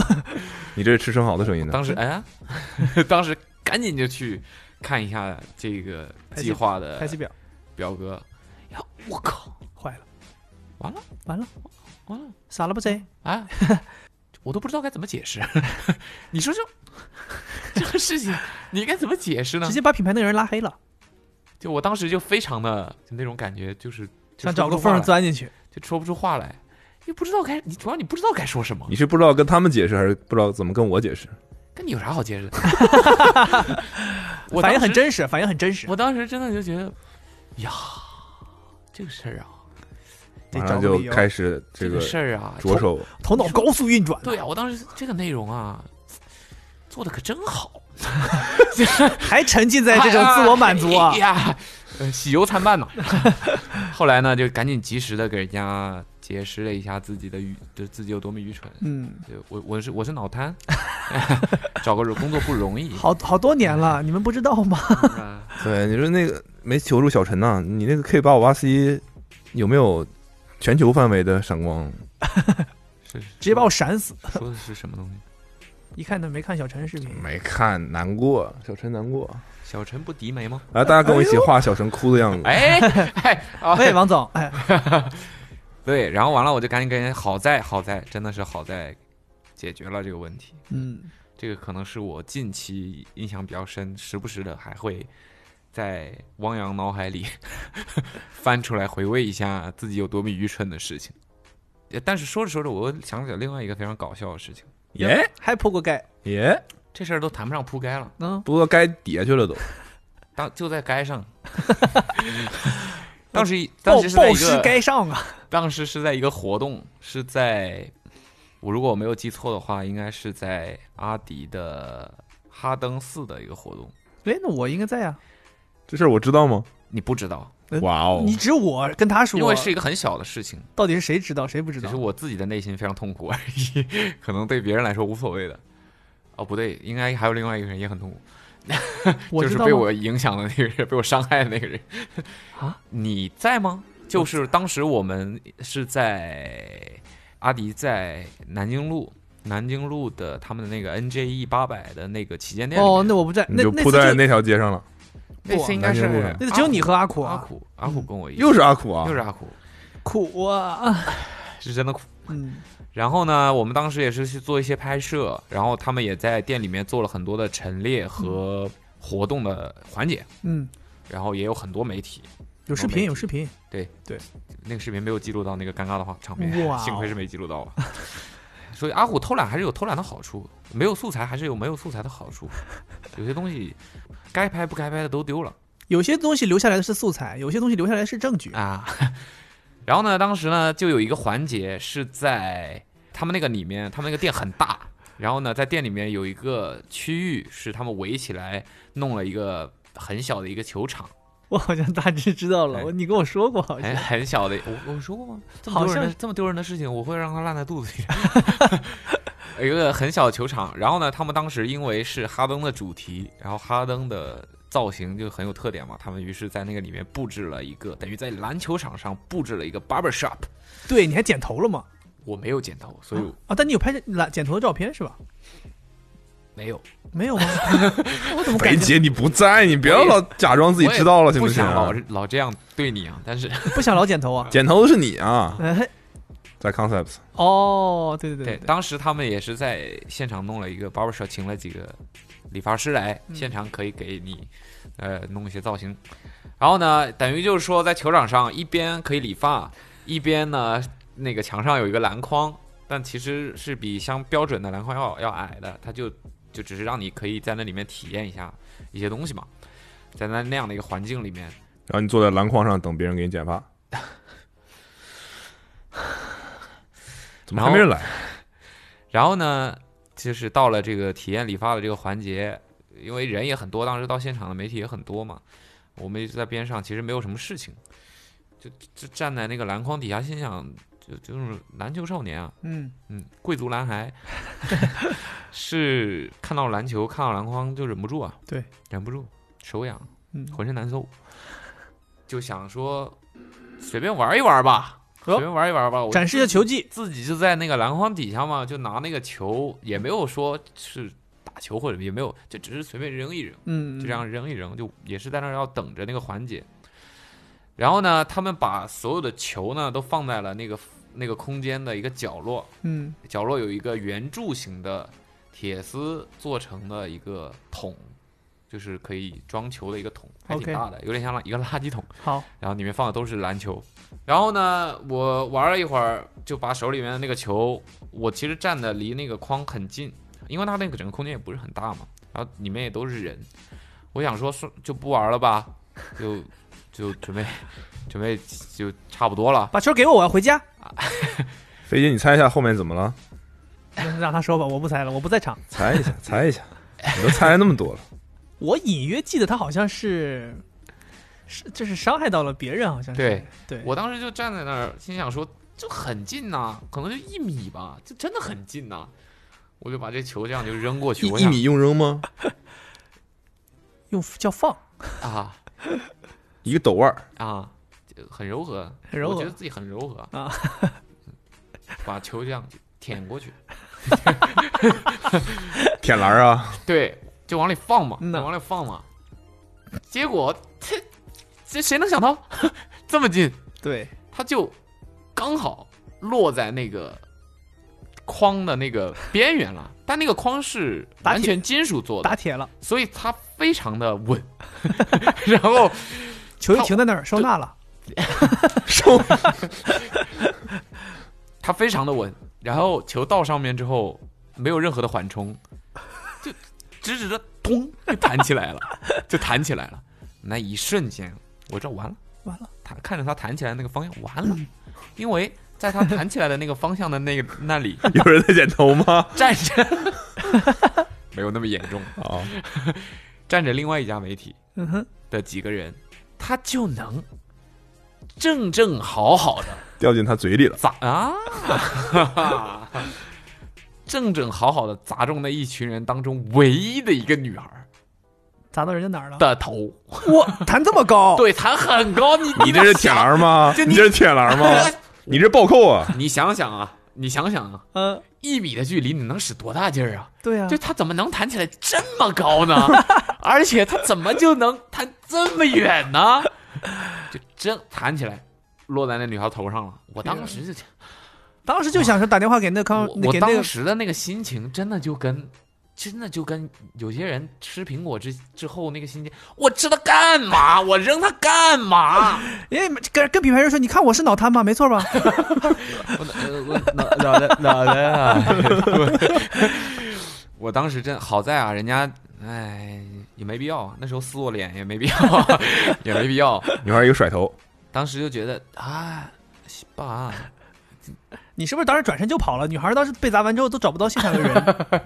你这是吃生蚝的声音呢？
当时哎， (laughs) 当时赶紧就去看一下这个计划的
开机表
表格。哎呀，我靠，
坏了，
完了
完了
完了，
傻了吧谁？
哎， (laughs) 我都不知道该怎么解释。 (laughs) 你说 (laughs) 这这个事情，你该怎么解释呢
直？接把品牌那个人拉黑了，
就我当时就非常的就那种感觉，就是就
想
说
找
不
个
出话
缝儿
来
钻进去。
就说不出话来，又不知道该你主要你不知道该说什么
你，是不知道跟他们解释，还是不知道怎么跟我解释？
跟你有啥好解释
(laughs)
的？我
反应
当
很
时
真实，反应很真实，
我当时真的就觉得，呀，这个事儿啊，
得
马
找
上
个
就
理由，
开始这个
事儿啊，
着
头
手。
头脑高速运转。
对啊，我当时这个内容啊，做的可真好，
还沉浸在这种自我满足啊
哎！呀，呃喜忧参半呐。 (laughs) 后来呢，就赶紧及时的给人家解释了一下自己的愚，就自己有多么愚蠢。
嗯，
就我我是我是脑
(laughs)
瘫， (laughs) 找个工作不容易。
好好多年了，你们不知道吗？
啊，
对，你说那个没求助小陈呐、你那个 K 八五八 C 有没有全球范围的闪光？
是直
直接把我闪死！
说的是什么东西？
一看他没看小陈视频，
没看，难过，小陈难过。
小陈不敌眉吗？
来，大家跟我一起画小陈哭的样子。
(laughs) 哎哎，啊
喂，王总，哎，
(laughs) 对，然后完了我就赶紧跟人，好在好在真的是好在解决了这个问题。
嗯，
这个可能是我近期印象比较深，时不时的还会在汪洋脑海里 (laughs) 翻出来回味一下自己有多么愚蠢的事情。呃但是说着说着，我又想起了另外一个非常搞笑的事情，
耶
还破过盖，
耶，
这事儿都谈不上铺街了，
嗯，
不过该底下去了都。
当就在
(laughs)
街上，当时
暴
当时是在
暴
一
尸
个
该上啊！
当时是在一个活动，是在我如果我没有记错的话，应该是在阿迪的哈登寺的一个活动，
哎，那我应该在啊，
这事儿我知道吗？
你不知道，
嗯
哇哦
你指我跟他说，
因为是一个很小的事情。
到底是谁知道，谁不知
只
道
是？我自己的内心非常痛苦而已， (laughs) 可能对别人来说无所谓的。哦，不对，应该还有另外一个人也很痛苦，
我
就
知
是
道
被
吗
我影响的那个人，被我伤害的那个人。
啊，
(laughs) 你在吗？就是当时我们是在阿迪在南京路，南京路的他们的那个 NJE 八百的那个旗舰店里面
哦，那我不在，
你
那
就
那
扑
次
在
就
那条街上了，
那次应该
南
是
京路上
那次只有你和阿苦
阿
啊，
苦阿苦跟我一起，
又是阿苦啊
又！是阿苦。
苦啊，
是真的苦。
嗯
然后呢，我们当时也是去做一些拍摄，然后他们也在店里面做了很多的陈列和活动的环节，
嗯，
然后也有很多媒体。
有视频有视频，
那个视频没有记录到那个尴尬的画场面，
哇哦
(laughs) 幸亏是没记录到啊。所以阿虎偷懒还是有偷懒的好处，没有素材还是有没有素材的好处。有些东西该拍不该拍的都丢了
有些东西留下来的是素材，有些东西留下来是证据。 (laughs)
啊。然后呢，当时呢就有一个环节是在他们那个里面，他们那个店很大，然后呢在店里面有一个区域是他们围起来弄了一个很小的一个球场，
我好像大致知道了，
哎
我你跟我说过好
很
像。
很小的，我我说过吗？这么
好
丢人的
像
这么丢人的事情，我会让它烂在肚子里。 (laughs) 有一个很小的球场，然后呢，他们当时因为是哈登的主题，然后哈登的造型就很有特点嘛，他们于是在那个里面布置了一个，等于在篮球场上布置了一个 barber shop。
对，你还剪头了吗？
我没有剪头，所以我
啊，但你有拍蓝剪头的照片是吧？
没有，
没有吗？ (laughs) 我怎么
肥
感觉
姐你不在，你不要老假装自己知道了，行
不
行啊
想？老老这样对你啊，但是
不想老剪头啊？
剪头是你啊，
哎，
在 Concepts
哦，对对
对
对，
当时他们也是在现场弄了一个 barbershop，请了几个理发师来，
嗯
现场可以给你呃弄一些造型。然后呢，等于就是说在球场上一边可以理发，一边呢那个墙上有一个篮筐，但其实是比相标准的篮筐要要矮的，它就就只是让你可以在那里面体验一下一些东西嘛，在那那样的一个环境里面，
然后你坐在篮筐上等别人给你剪发，怎么还没人来？
然后呢，就是到了这个体验理发的这个环节，因为人也很多，当时到现场的媒体也很多嘛，我们就在边上，其实没有什么事情，就就站在那个篮筐底下，心想，就就是篮球少年啊，
嗯，
嗯，贵族男孩， (laughs) 是看到篮球，看到篮筐就忍不住啊，
对，
忍不住手痒，
嗯
浑身难受，就想说随便玩一玩吧，
哦
随便玩一玩吧，我
展示一下球技，
自己就在那个篮筐底下嘛，就拿那个球，也没有说是打球或者也没有，就只是随便扔一扔，
嗯，
就这样扔一扔，就也是在那儿要等着那个环节。然后呢，他们把所有的球呢都放在了那个那个空间的一个角落，
嗯，
角落有一个圆柱形的铁丝做成的一个桶，就是可以装球的一个桶，还挺
OK
大的有点像一个垃圾桶。
好，
然后里面放的都是篮球。然后呢，我玩了一会儿，就把手里面的那个球，我其实站的离那个框很近，因为它那个整个空间也不是很大嘛，然后里面也都是人。我想说，说就不玩了吧， (laughs) 就就准备准备就差不多了。
把球给我，我要回家。 (laughs)
肥姐，你猜一下后面怎么了？
那让他说吧，我不猜了，我不在场。
猜一下，猜一下，你都猜了那么多了，
我隐约记得他好像是，是就是伤害到了别人，好像是
对
对，
我当时就站在那儿，心想说，就很近呐、可能就一米吧，就真的很近呐、我就把这球这样就扔过去，
一
我
一
想
米用扔吗？
用叫放，
啊
一个手腕儿，
啊，就很柔和，
很柔和
我觉得自己很柔和
啊，
把球这样舔
(laughs)
过去，
舔篮儿啊， (laughs)
对，就往里放嘛，
嗯呐
就往里放嘛。结果这这谁能想到 (laughs) 这么近，
对，
它就刚好落在那个框的那个边缘了，但那个框是
打铁
完全金属做的，
打铁了，
所以它非常的稳， (laughs) 然后
球也停在那儿，收纳了，
收
它非常的稳，然后球到上面之后没有任何的
(laughs)
缓冲，就直直的咚就弹起来了， (laughs) 就弹起来了。那一瞬间，我知道完了，
完了，
他看着它弹起来的那个方向完了，因为在它弹起来的那个方向的那个
(laughs)
那里
有人在剪头吗？
(laughs) 站着，没有那么严重，
啊，
站着另外一家媒体
嗯哼，
的几个人，他就能正正好好的
掉进他嘴里了。
砸啊！ (laughs) 正正好好的砸中那一群人当中唯一的一个女孩
砸到人家哪儿了？
的头，
哇，弹这么 (laughs) 高，
对，弹很高，你
你这是舔篮儿吗？
(laughs) 就你
你这是舔篮儿吗？你这暴扣啊！
你想想啊，你想想啊，
嗯，
一米的距离你能使多大劲儿啊？
对啊
就，他怎么能弹起来这么高呢？而且他怎么就能弹这么远呢？就真弹起来，落在那女孩头上了。我当时就，
当时就想说打电话给那康
我，我
给那
当
个
时的那个心情真的就跟，真的就跟有些人吃苹果之之后那个心情，我吃它干嘛？我扔它干嘛？
哎，跟跟品牌人说，你看我是脑瘫吧，没错吧？ (laughs)
我脑呃我脑脑袋脑袋 (laughs) 啊！我我当时真好在啊，人家哎也没必要，那时候撕我脸也没必要， (laughs) 也没必要。
女孩一个甩头，
当时就觉得啊，爸，啊
你是不是当时转身就跑了？女孩当时被砸完之后都找不到现场的人，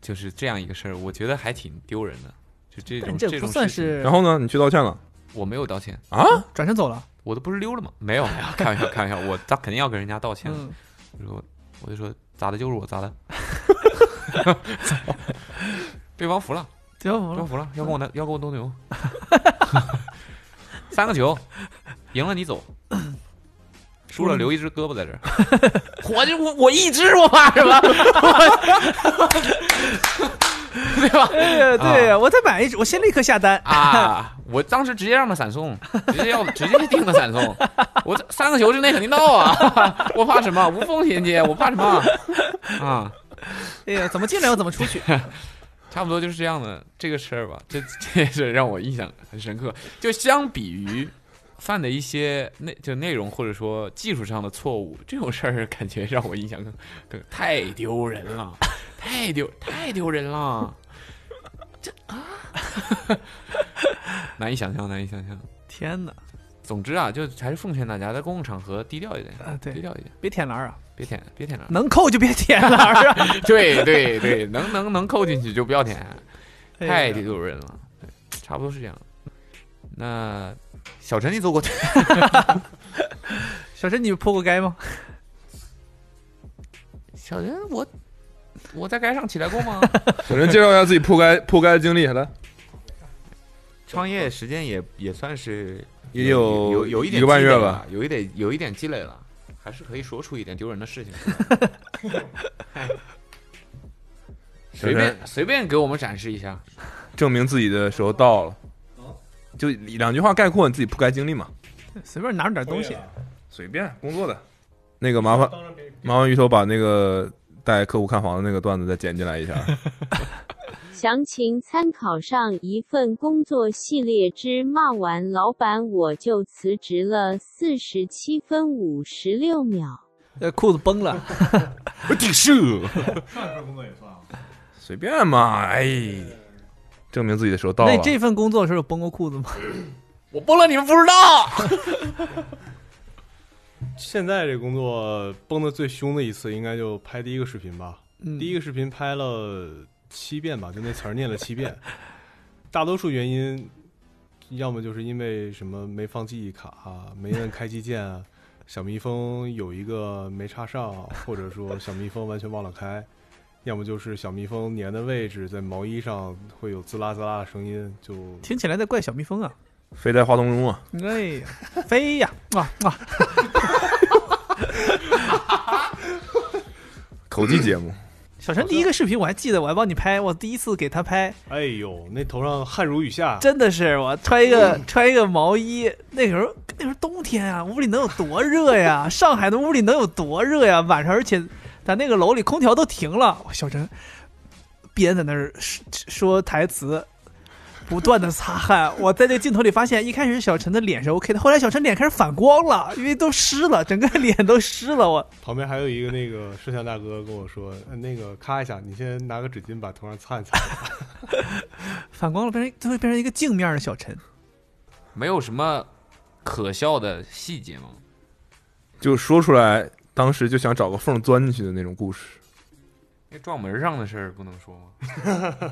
就是这样一个事儿，我觉得还挺丢人的。就这种
但 (laughs) 这
种
不算
事情
是
然后呢，你去道歉了
我没有道歉，
啊？
转身走了。
我都不是溜了吗？没有，没有，开玩笑，开玩笑，我他肯定要跟人家道歉。
嗯，
我说，我就说咋的就是我咋 (laughs) 的，对方服了。
行，我
要服了，要跟我男，要跟我斗牛，三个球，赢了你 (clears throat) 走，输了留一只胳膊在这 (laughs) 儿。我就我我一只，我怕什么？对吧？
哎对呀，我再买一只，我先立刻下单。
啊！我当时直接让他闪送，直接要直接定个闪送，我这三个球之内肯定到啊！ (laughs) 我怕什么？无缝衔接，我怕什么？啊！
哎呀，怎么进来我怎么出去？
差不多就是这样的这个事儿吧，这 (laughs) 这事儿让我印象很深刻。就相比于犯的一些内就内容或者说技术上的错误，这种事儿感觉让我印象更更太丢人
(laughs)
了，太丢太丢人了，这啊， (laughs) 难以想象，难以想象。
(laughs) 天哪，
总之啊，就还是奉劝大家在公共场合低调一点，
啊对
低调一点，
别舔栏啊，
别舔，
(laughs)
别舔了。
能扣就别舔栏啊！
对对对，能能能扣进去就不要舔。
哎
太
呀
丢人了，对，差不多是这样。那小陈，你做过
小陈，你破过街吗？
(laughs) 小陈，我我在街上起来过 (laughs) 吗？
小陈介绍一下自己破该破该的经历，来，
创业时间也也算是
也
有
有
有有一
一
点
个半
积
月
累
吧
了，有一点有一点积累了，还是可以说出一点丢人的事情。 (laughs) 随
小
便随便给我们展示一下，
证明自己的时候到了，就两句话概括你自己铺盖经历嘛，
随便拿着点东西，
随便工作的。那个麻烦麻烦鱼头把那个带客户看房的那个段子再剪进来一下。
详情参考上一份工作系列之骂完老板我就辞职了，四十七分五十六秒。
呃，裤子崩了。
我顶射。
(laughs) 随便嘛，哎，证明自己的时候到
那
了
你。这份工作的时候有崩过裤子吗？
我崩了，你们不知道。
现在这工作崩的最凶的一次，应该就拍第一个视频吧。
嗯
第一个视频拍了七遍吧，就那词儿念了七遍。 (laughs) 大多数原因，要么就是因为什么没放记忆卡、没摁开机键啊、 (laughs) 小蜜蜂有一个没插上，或者说小蜜蜂完全忘了开， (laughs) 要么就是小蜜蜂粘的位置在毛衣上会有滋啦滋啦的声音，就
听起来在怪小蜜蜂啊！
飞在花丛中啊，
哎呀，飞呀，哇哇！
口技节 (laughs) 目。
小陈第一个视频我还记得，我还帮你拍，我第一次给他拍，
哎呦，那头上汗如雨
(laughs)
下。
真的是我穿一个
嗯
穿一个毛衣，那时候那时候冬天啊，屋里能有多热
(laughs)
呀？上海的屋里能有多热呀？晚上而且在那个楼里空调都停了，我小陈边在那儿说说台词。不断的擦
(laughs)
汗，我在这个镜头里发现，一开始小陈的脸是 OK 的，后来小陈脸开始反光了，因为都湿了，整个脸都湿了。我
旁边还有一个那个摄像大哥跟我说，呃那个咔一下，你先拿个纸巾把头上擦一擦。
反光了，变成最后变成一个镜面的小
(laughs)
陈。
没有什么可笑的细节吗？
就说出来，当时就想找个缝钻进去的那种故事。
那撞门上的事儿不能说吗？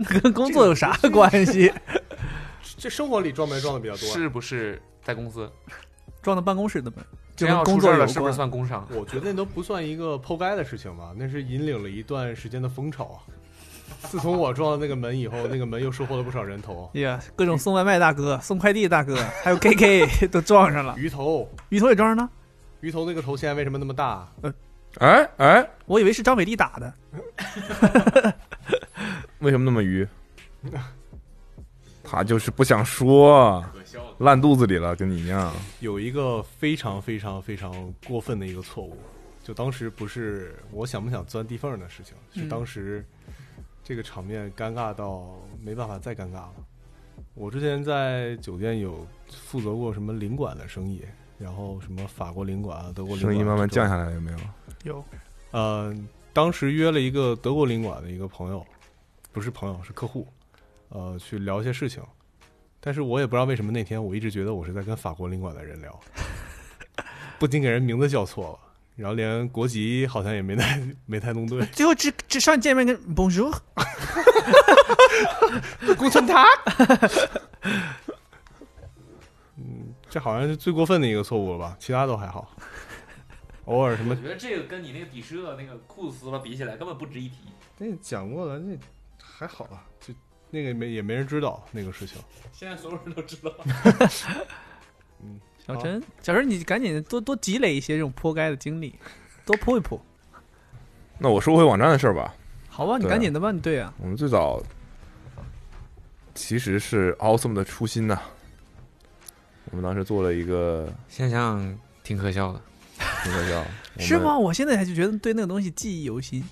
那跟工作有啥关系？
(laughs) 这生活里撞门撞的比较多、啊
是不是在公司？
撞到办公室的门，就
真
跟
要
工
出事
作
儿
有
了，是不是
关。
算工伤？
我觉得那都不算一个剖开的事情吧，那是引领了一段时间的风潮啊。 (laughs) 自从我撞了那个门以后，那个门又收获了不少人头，
哎呀各种送外卖大哥、送快递
(laughs)
大哥，还有 KK 都撞上了，
鱼头，
鱼头也撞上了。
鱼头那个头现在为什么那么大？
哎哎，
我以为是张美丽打的，
为什么那么鱼？他就是不想说，烂肚子里了，跟你一样。
有一个非常非常非常过分的一个错误，就当时不是我想不想钻地缝儿的事情，是
嗯
当时这个场面尴尬到没办法再尴尬了。我之前在酒店有负责过什么领馆的生意，然后什么法国领馆啊、德国领馆
声音慢慢
这种
降下来，有没有？
有
呃，当时约了一个德国领馆的一个朋友，不是朋友是客户，呃，去聊一些事情。但是我也不知道为什么那天我一直觉得我是在跟法国领馆的人 (laughs) 聊，不仅给人名字叫错了，然后连国籍好像也没太没太弄对。
最后只只上见面跟 Bonjour，
工程塔。嗯，这好像是最过分的一个错误了吧？其他都还 (laughs) 好，偶尔什么
我觉得这个跟你那个底社那个裤子撕了比起来，根本不值一提。
那讲过了，那还好吧？就那个没也没人知道那个事情。
现在所有人都知道。
小陈，哦小陈你赶紧多多积累一些这种泼该的经
(laughs)
历，多泼一泼，
那我说回网站的事儿吧。
好吧，你
对啊
赶紧的吧，你对啊，
我们最早其实是 Awesome 的初心呐、我们当时做了一个
(laughs) 现在想想挺可笑的，
那个叫
是？
我
吗？
们
我现在还就觉得对那个东西记忆犹新，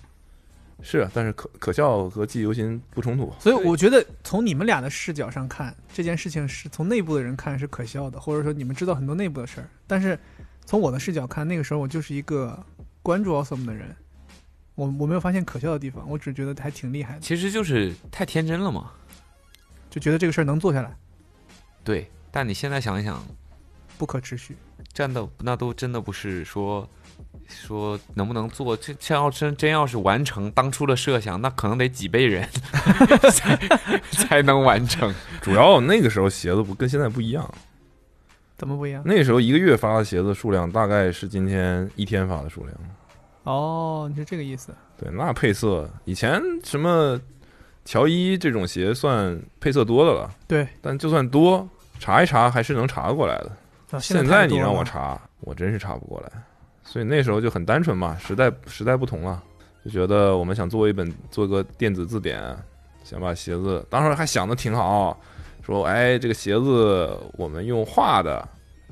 是啊，但是可可笑和记忆犹新不冲突。
所以我觉得从你们俩的视角上看，这件事情是从内部的人看是可笑的，或者说你们知道很多内部的事儿，但是从我的视角看，那个时候我就是一个关注 Awesome 的人，我我没有发现可笑的地方，我只是觉得还挺厉害的，
其实就是太天真了嘛。
就觉得这个事儿能做下来，
对，但你现在想一想，
不可持续。
战斗那都真的不是说说能不能做，这这要真真要是完成当初的设想，那可能得几辈人 (laughs) 才才能完成。
主要那个时候鞋子不跟现在不一样，
怎么不一样？
那时候一个月发的鞋子数量大概是今天一天发的数量。
哦，你是这个意思。
对，那配色以前什么乔伊这种鞋算配色多的了，
对，
但就算多查一查还是能查得过来的。
啊、
现
在
在
太多
你让
了
我，查，我真是查不过来。所以那时候就很单纯嘛，时代时代不同了，就觉得我们想做一本做个电子字典，想把鞋子，当时还想的挺好，说哎这个鞋子我们用画的，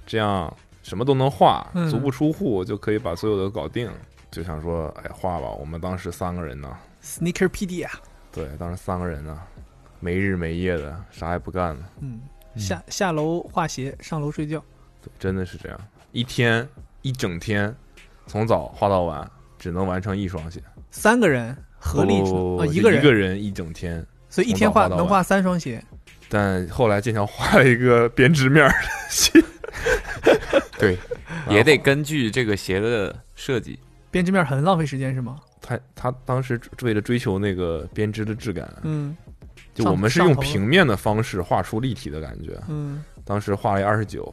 这样什么都能画，
嗯
足不出户就可以把所有的搞定。就想说哎画吧，我们当时三个人呢，
Sneakerpedia，
对，当时三个人呢，没日没夜的啥也不干了。
嗯，下下楼画鞋，上楼睡觉，
真的是这样，一天一整天，从早画到晚，只能完成一双鞋。
三个人合力
不
只能啊、
就
一
哦一
个人，
人一整天。
所以一天画
从早画到
能
晚
画三双鞋，
但后来剑桥画了一个编织面儿的鞋，
对，也得根据这个鞋的设计。
编织面很浪费时间是吗？
(laughs) 他他当时为了追求那个编织的质感，
嗯
就
上
我们是
上
用
头了
平面的方式画出立体的感觉。
嗯，
当时画了二十九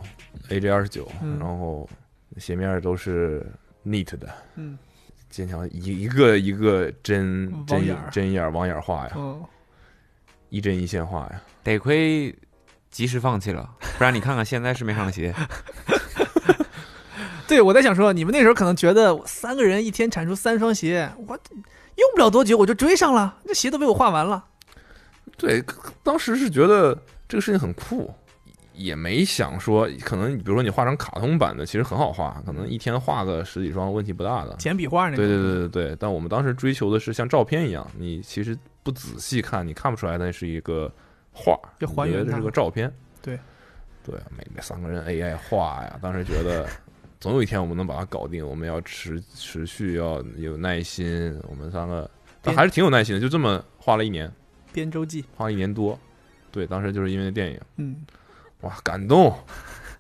，AJ 二十九，
嗯
然后鞋面都是 neat 的，
嗯，
剑桥一一个一个针
网
针
眼儿
针眼儿网眼儿画呀，
哦，
一针一线画呀。
得亏及时放弃了，不然你看看现在市面上的鞋，
对，我在想说，你们那时候可能觉得三个人一天产出三双鞋，我用不了多久我就追上了，这鞋都被我画完了。
对，可当时是觉得这个事情很酷，也没想说，可能你比如说你画张卡通版的，其实很好画，可能一天画个十几双问题不大的。
简笔画那
对
种，
对对对对，但我们当时追求的是像照片一样，你其实不仔细看，你看不出来那是一个画，
要还原
你觉得这
它
是个照片。
对，
对，啊每每三个人 AI 画呀，当时觉
(laughs)
得总有一天我们能把它搞定，我们要持持续要有耐心，我们三个，但
编
还是挺有耐心的，就这么画了一年。
编周记，
花了一年多。对，当时就是因为那电影，
嗯，
哇，感动，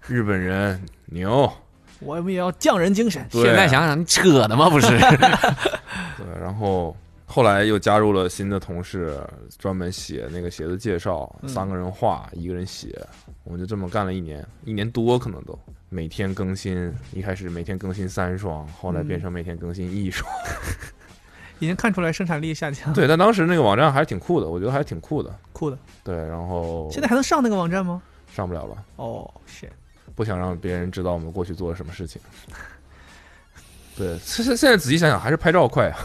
日本人牛，
我们也要匠人精神，
对啊
现在想想你扯的吗？不是，
对，然后后来又加入了新的同事，专门写那个鞋的介绍，
嗯
三个人画，一个人写，我们就这么干了一年，一年多可能都。每天更新，一开始每天更新三双，后来变成每天更新一双。
已经看出来生产力下降，
对，但当时那个网站还是挺酷的，我觉得还是挺酷的。
酷的。
对，然后
现在还能上那个网站吗？
上不了了，
哦，是。
不想让别人知道我们过去做了什么事情。 (laughs) 对，现现现在仔细想想，还是 (laughs) 拍照快啊。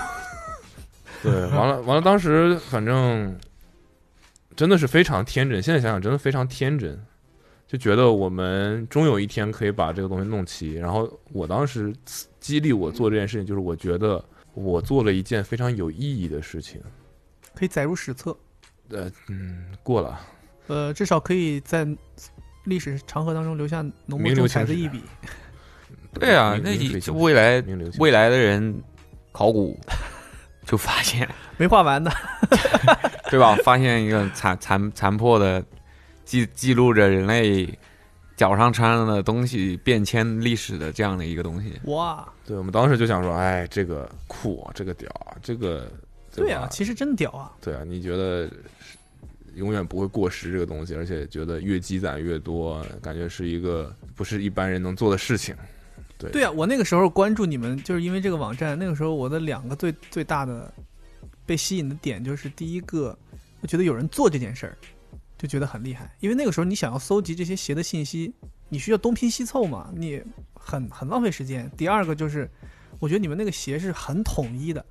对，完了完了，当时反正真的是非常天真。现在想想，真的非常天真，就觉得我们终有一天可以把这个东西弄齐。然后我当时激励我做这件事情，就是我觉得我做了一件非常有意义的事情。
可以载入史册，
呃，嗯，过了，
呃，至少可以在历史长河当中留下浓墨
名留
重彩
青
的
史啊
一笔。
对啊，
名
那
名垂
你
青
未来
名留青史
未来的人考 (laughs) 古就发现，
没画完的，
对 (laughs) 吧？发现一个残残残破的记记录着人类脚上穿上的东西变迁历史的这样的一个东西。
哇，
对我们当时就想说，哎，这个酷啊，这个屌啊，这个
对
吧
啊，其实真的屌啊！
对啊，你觉得是永远不会过时这个东西，而且觉得越积攒越多，感觉是一个不是一般人能做的事情。对
对啊，，我那个时候关注你们，就是因为这个网站。那个时候我的两个最最大的被吸引的点，就是第一个，我觉得有人做这件事儿，就觉得很厉害。因为那个时候你想要搜集这些鞋的信息，你需要东拼西凑嘛，你很很浪费时间。第二个就是，我觉得你们那个鞋是很统一的，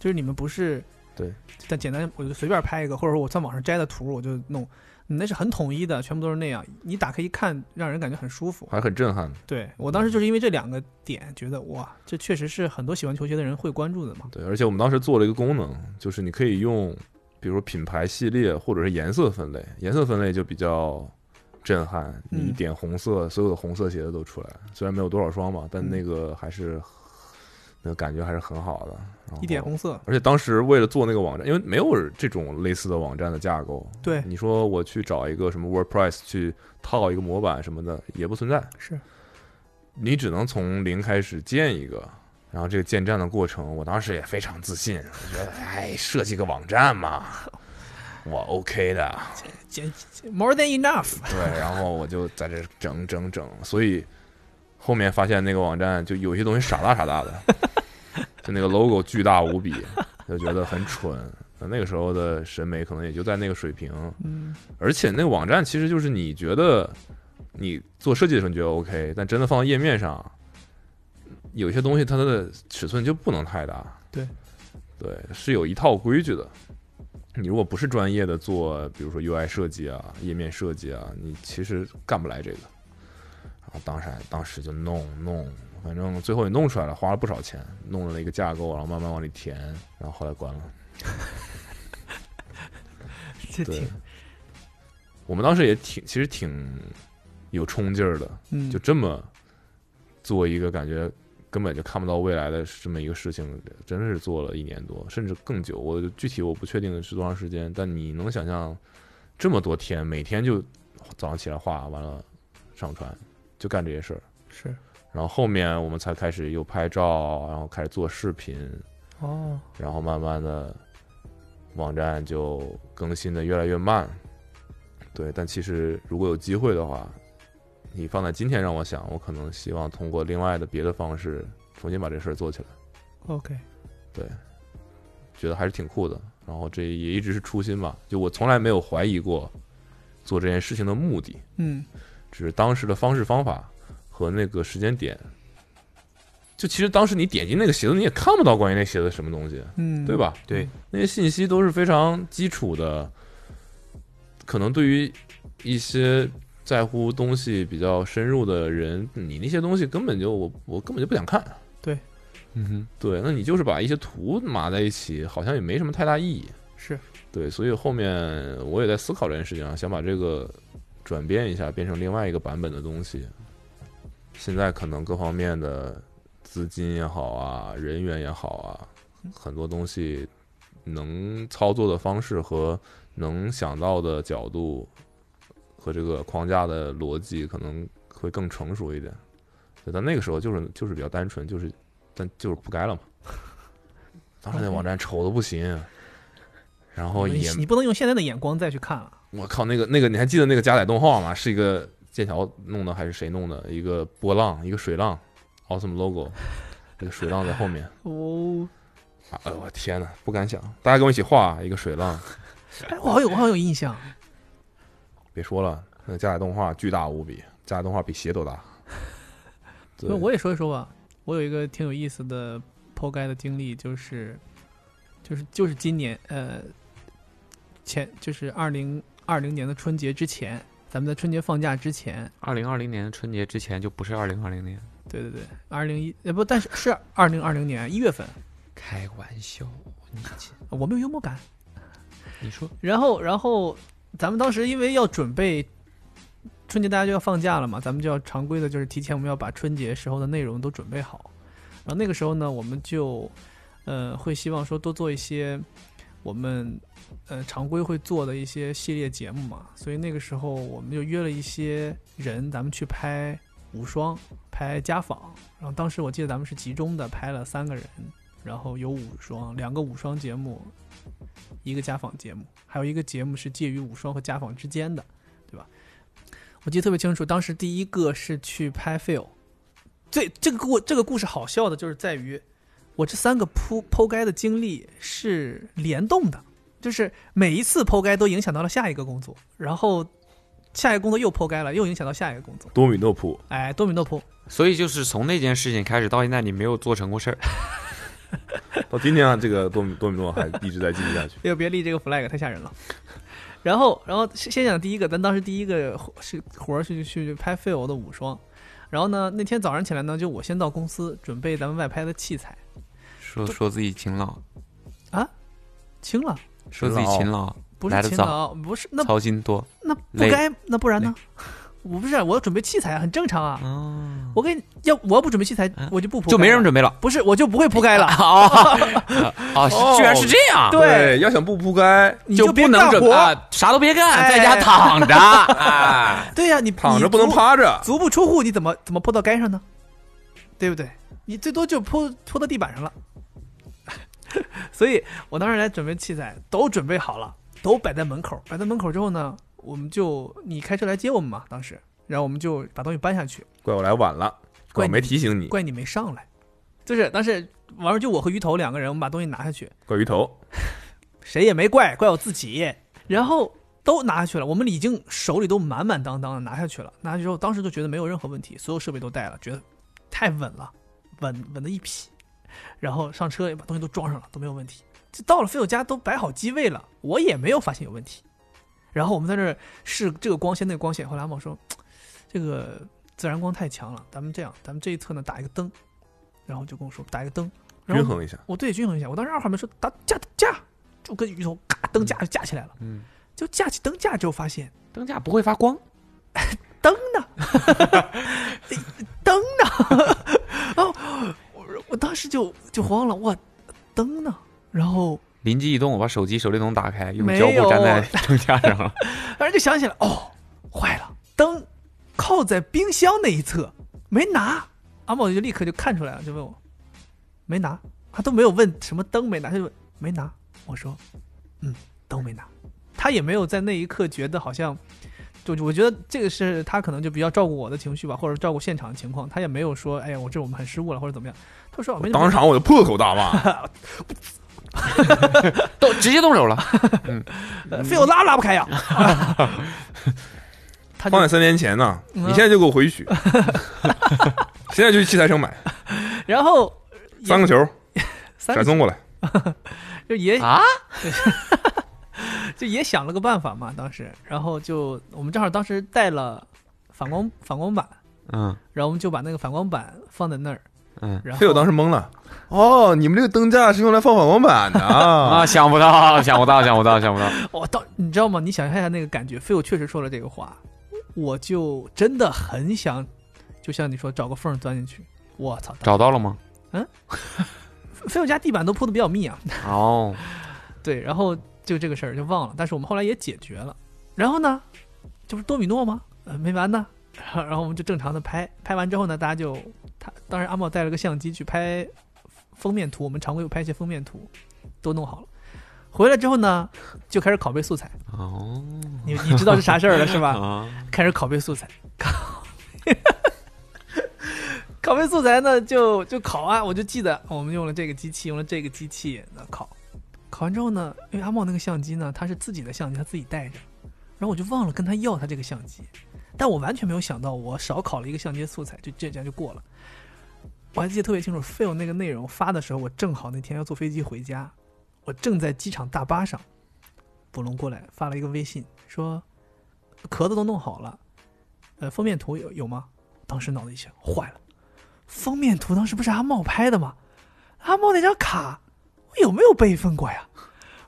就是你们不是
对，
但简单我就随便拍一个，或者说我在网上摘的图我就弄，你那是很统一的，全部都是那样，你打开一看，让人感觉很舒服。
还很震撼。
对我当时
嗯
就是因为这两个点，觉得哇，这确实是很多喜欢球鞋的人会关注的嘛。
对，而且我们当时做了一个功能，就是你可以用，比如说品牌系列或者是颜色分类，颜色分类就比较震撼。你一
嗯
点红色，所有的红色鞋子都出来，虽然没有多少双吧，但
嗯
那个还是那个感觉还是很好的。然
一点
后
红色，
而且当时为了做那个网站，因为没有这种类似的网站的架构，
对，
你说我去找一个什么 WordPress 去套一个模板什么的，也不存在，
是
你只能从零开始建一个。然后这个建站的过程，我当时也非常自信，我觉得哎，设计个网站嘛，我 OK 的。
简
嗯
more than enough。
对，然后我就在这整整整，所以后面发现那个网站就有些东西傻大傻大的，就那个 logo 巨大无比，就觉得很蠢。那个时候的审美可能也就在那个水平，
嗯，
而且那个网站其实就是你觉得你做设计的时候你觉得 OK，但真的放到页面上，有些东西它的尺寸就不能太大。
对，
对，是有一套规矩的。你如果不是专业的做，比如说 UI 设计啊、页面设计啊，你其实干不来这个。然后当时当时就弄弄，反正最后也弄出来了，花了不少钱，弄了一个架构，然后慢慢往里填，然后后来关了。
这
对
挺，
我们当时也挺，其实挺有冲劲儿的，
嗯，
就这么做一个感觉根本就看不到未来的这么一个事情，真是做了一年多，甚至更久。我具体我不确定是多长时间，但你能想象这么多天，每天就早上起来画完了上传，就干这些事儿。
是
然后后面我们才开始又拍照，然后开始做视频，
哦，
然后慢慢的网站就更新的越来越慢。对，但其实如果有机会的话，你放在今天让我想，我可能希望通过另外的别的方式重新把这事儿做起来，
OK，
觉得还是挺酷的。然后这也一直是初心吧，就我从来没有怀疑过做这件事情的目的，
嗯，
只是当时的方式方法和那个时间点。就其实当时你点进那个鞋子，你也看不到关于那鞋子什么东西，
嗯，
对？吧？
对，
那些信息都是非常基础的，可能对于一些在乎东西比较深入的人，你那些东西根本就我我根本就不想看。
嗯哼，
对，那你就是把一些图码在一起，好像也没什么太大意义。
是，
对，所以后面我也在思考这件事情啊，想把这个转变一下，变成另外一个版本的东西。现在可能各方面的资金也好啊，人员也好啊，很多东西能操作的方式和能想到的角度和这个框架的逻辑可能会更成熟一点。对但那个时候就是就是比较单纯，就是但就是不该了嘛。当时那网站丑的不行，然后
你
也
你不能用现在的眼光再去看了。
我靠，那个那个，你还记得那个加载动画吗？是一个剑桥弄的还是谁弄的？一个波浪，一个水浪，Awesome logo，那个水浪在后面。
哦，
啊哎呦我天哪，不敢想！大家跟我一起画啊一个水浪，
哎，我好有我好有印象，
别说了，那个加载动画巨大无比，加载动画比鞋都大。对，
那我也说一说吧。我有一个挺有意思的剖开的经历，就是，就是就是今年呃前就是二零二零年的春节之前，咱们在春节放假之前，
二零二零年春节之前就不是二零二零年，
对对对，二零一呃不，但是是二零二零年一月份，
开玩笑，你
我没有幽默感。
你说
然后然后咱们当时因为要准备春节，大家就要放假了嘛，咱们就要常规的，就是提前我们要把春节时候的内容都准备好。然后那个时候呢，我们就呃会希望说多做一些我们呃常规会做的一些系列节目嘛，所以那个时候我们就约了一些人，咱们去拍无双，拍家访。然后当时我记得咱们是集中的拍了三个人，然后有五双，两个五双节目，一个家访节目，还有一个节目是介于五双和家访之间的，对吧？我记得特别清楚，当时第一个是去拍 fail，最这个故这个故事好笑的就是在于，我这三个铺剖开的经历是联动的，就是每一次剖开都影响到了下一个工作，然后下一个工作又剖开了，又影响到下一个工作，
多米诺普，
哎，多米诺铺，。
所以就是从那件事情开始到现在，你没有做成过事儿。
到今天啊，这个多米多米诺还一直在进行下去
要哎别立这个 flag，太吓人了。 (laughs) 然后，然后先先讲第一个，咱当时第一个是活儿是去去拍费欧的五双，然后呢，那天早上起来呢，就我先到公司准备咱们外拍的器材，
说说自己勤劳，
轻了，
说自己勤劳，
不
来
是
得
勤
早
劳，不是那
操心多。
那不
累
该，那不然呢？我不是，啊我要准备器材，很正常啊。
哦，嗯
我给你要，我要不准备器材，我就不铺，
就没人
备，
准备了。
不是，我就不会铺盖了。
哦，哦，是居然是这样，
对，
要想不铺开，
你
就
别
不能
干
准
活，
啊，啥都别干，
哎
在家躺着 (laughs) 啊。
对呀，你
躺着
你
不能
足
趴着。
足不出户，你怎么怎么泼到街上呢？对不对？你最多就泼泼到地板上了。 (laughs) 所以我当时来准备器材，都准备好了，都摆在门口。摆在门口之后呢，我们就你开车来接我们嘛，当时，然后我们就把东西搬下去，
怪我来晚了，
怪
我
你
没提醒你，
怪你没上来。就是当时完了，就我和鱼头两个人，我们把东西拿下去，
怪鱼头。
谁也没怪，怪我自己。然后都拿下去了，我们已经手里都满满当当的拿下去了。拿下去之后，当时就觉得没有任何问题，所有设备都带了，觉得太稳了，稳稳的一批。然后上车也把东西都装上了，都没有问题。就到了菲友家都摆好机位了，我也没有发现有问题。然后我们在这儿试这个光线那个光线，后来阿茂说，这个自然光太强了，咱们这样，咱们这一侧呢打一个灯，然后就跟我说打一个灯，然后
均衡一下，
我对均衡一下。我当时二话没说，打架架，就跟鱼头嘎灯架就架起来了。
嗯，
就架起灯架之后，发现
灯架不会发光，
灯呢， (laughs) 灯呢， (laughs) 然后我我当时就就慌了，哇，灯呢？然后
(laughs) 灵机一动，我把手机手电筒打开，用
没
胶布粘在
有
(laughs) 灯架上了。
反正就想起来，哦，坏了，灯靠在冰箱那一侧没拿。阿茂就立刻就看出来了，就问我没拿，他都没有问什么灯没拿，他就问没拿。我说嗯，灯没拿。他也没有在那一刻觉得好像，就我觉得这个是他可能就比较照顾我的情绪吧，或者照顾现场的情况，他也没有说哎呀我这我们很失误了或者怎么样。他说哦没怎么
当场我就破口大骂。
动直接动手了，
呃非要拉拉
(laughs)
不开呀。 (laughs) 他就
放在三年前呢，
嗯
你现在就给我回
(laughs)
去， (laughs) 现在就去器材城买
然后
三个球，
三
闪
个
送过来。
就也
(laughs) 啊，
就也想了个办法嘛，当时，然后就我们正好当时带了反光反光板，
嗯
然后我们就把那个反光板放在那儿，
嗯
然后
队友当时懵了，哦，你们这个灯架是用来放反光板的啊
(laughs)
啊，？想不到，想不到，想不到，想不到，
我当哦你知道吗？你想象一下那个感觉，飞友确实说了这个话，我就真的很想，就像你说找个缝儿钻进去，我操！
找到了吗？
飞友家地板都铺的比较密啊，
(laughs) 哦，
对，然后就这个事儿就忘了，但是我们后来也解决了。然后呢，这不是多米诺吗？呃，没完呢。 (laughs) 然后然后我们就正常的拍，拍完之后呢，大家就他当时阿茂带了个相机去拍封面图，我们常规有拍一些封面图，都弄好了。回来之后呢，就开始拷贝素材。
哦，
你你知道是啥事儿了是吧？
啊，
开始拷贝素材， (laughs) 拷拷贝素材呢就就拷啊，我就记得我们用了这个机器，用了这个机器那拷，拷完之后呢，因为阿茂那个相机呢，他是自己的相机，他自己带着，然后我就忘了跟他要他这个相机，但我完全没有想到我少拷了一个相机素材，就这这样就过了。我还记得特别清楚，fail 那个内容发的时候，我正好那天要坐飞机回家，我正在机场大巴上，博龙过来发了一个微信，说壳子都弄好了，呃，封面图有有吗？当时脑子一下坏了，封面图当时不是阿茂拍的吗？啊阿茂那张卡我有没有备份过呀？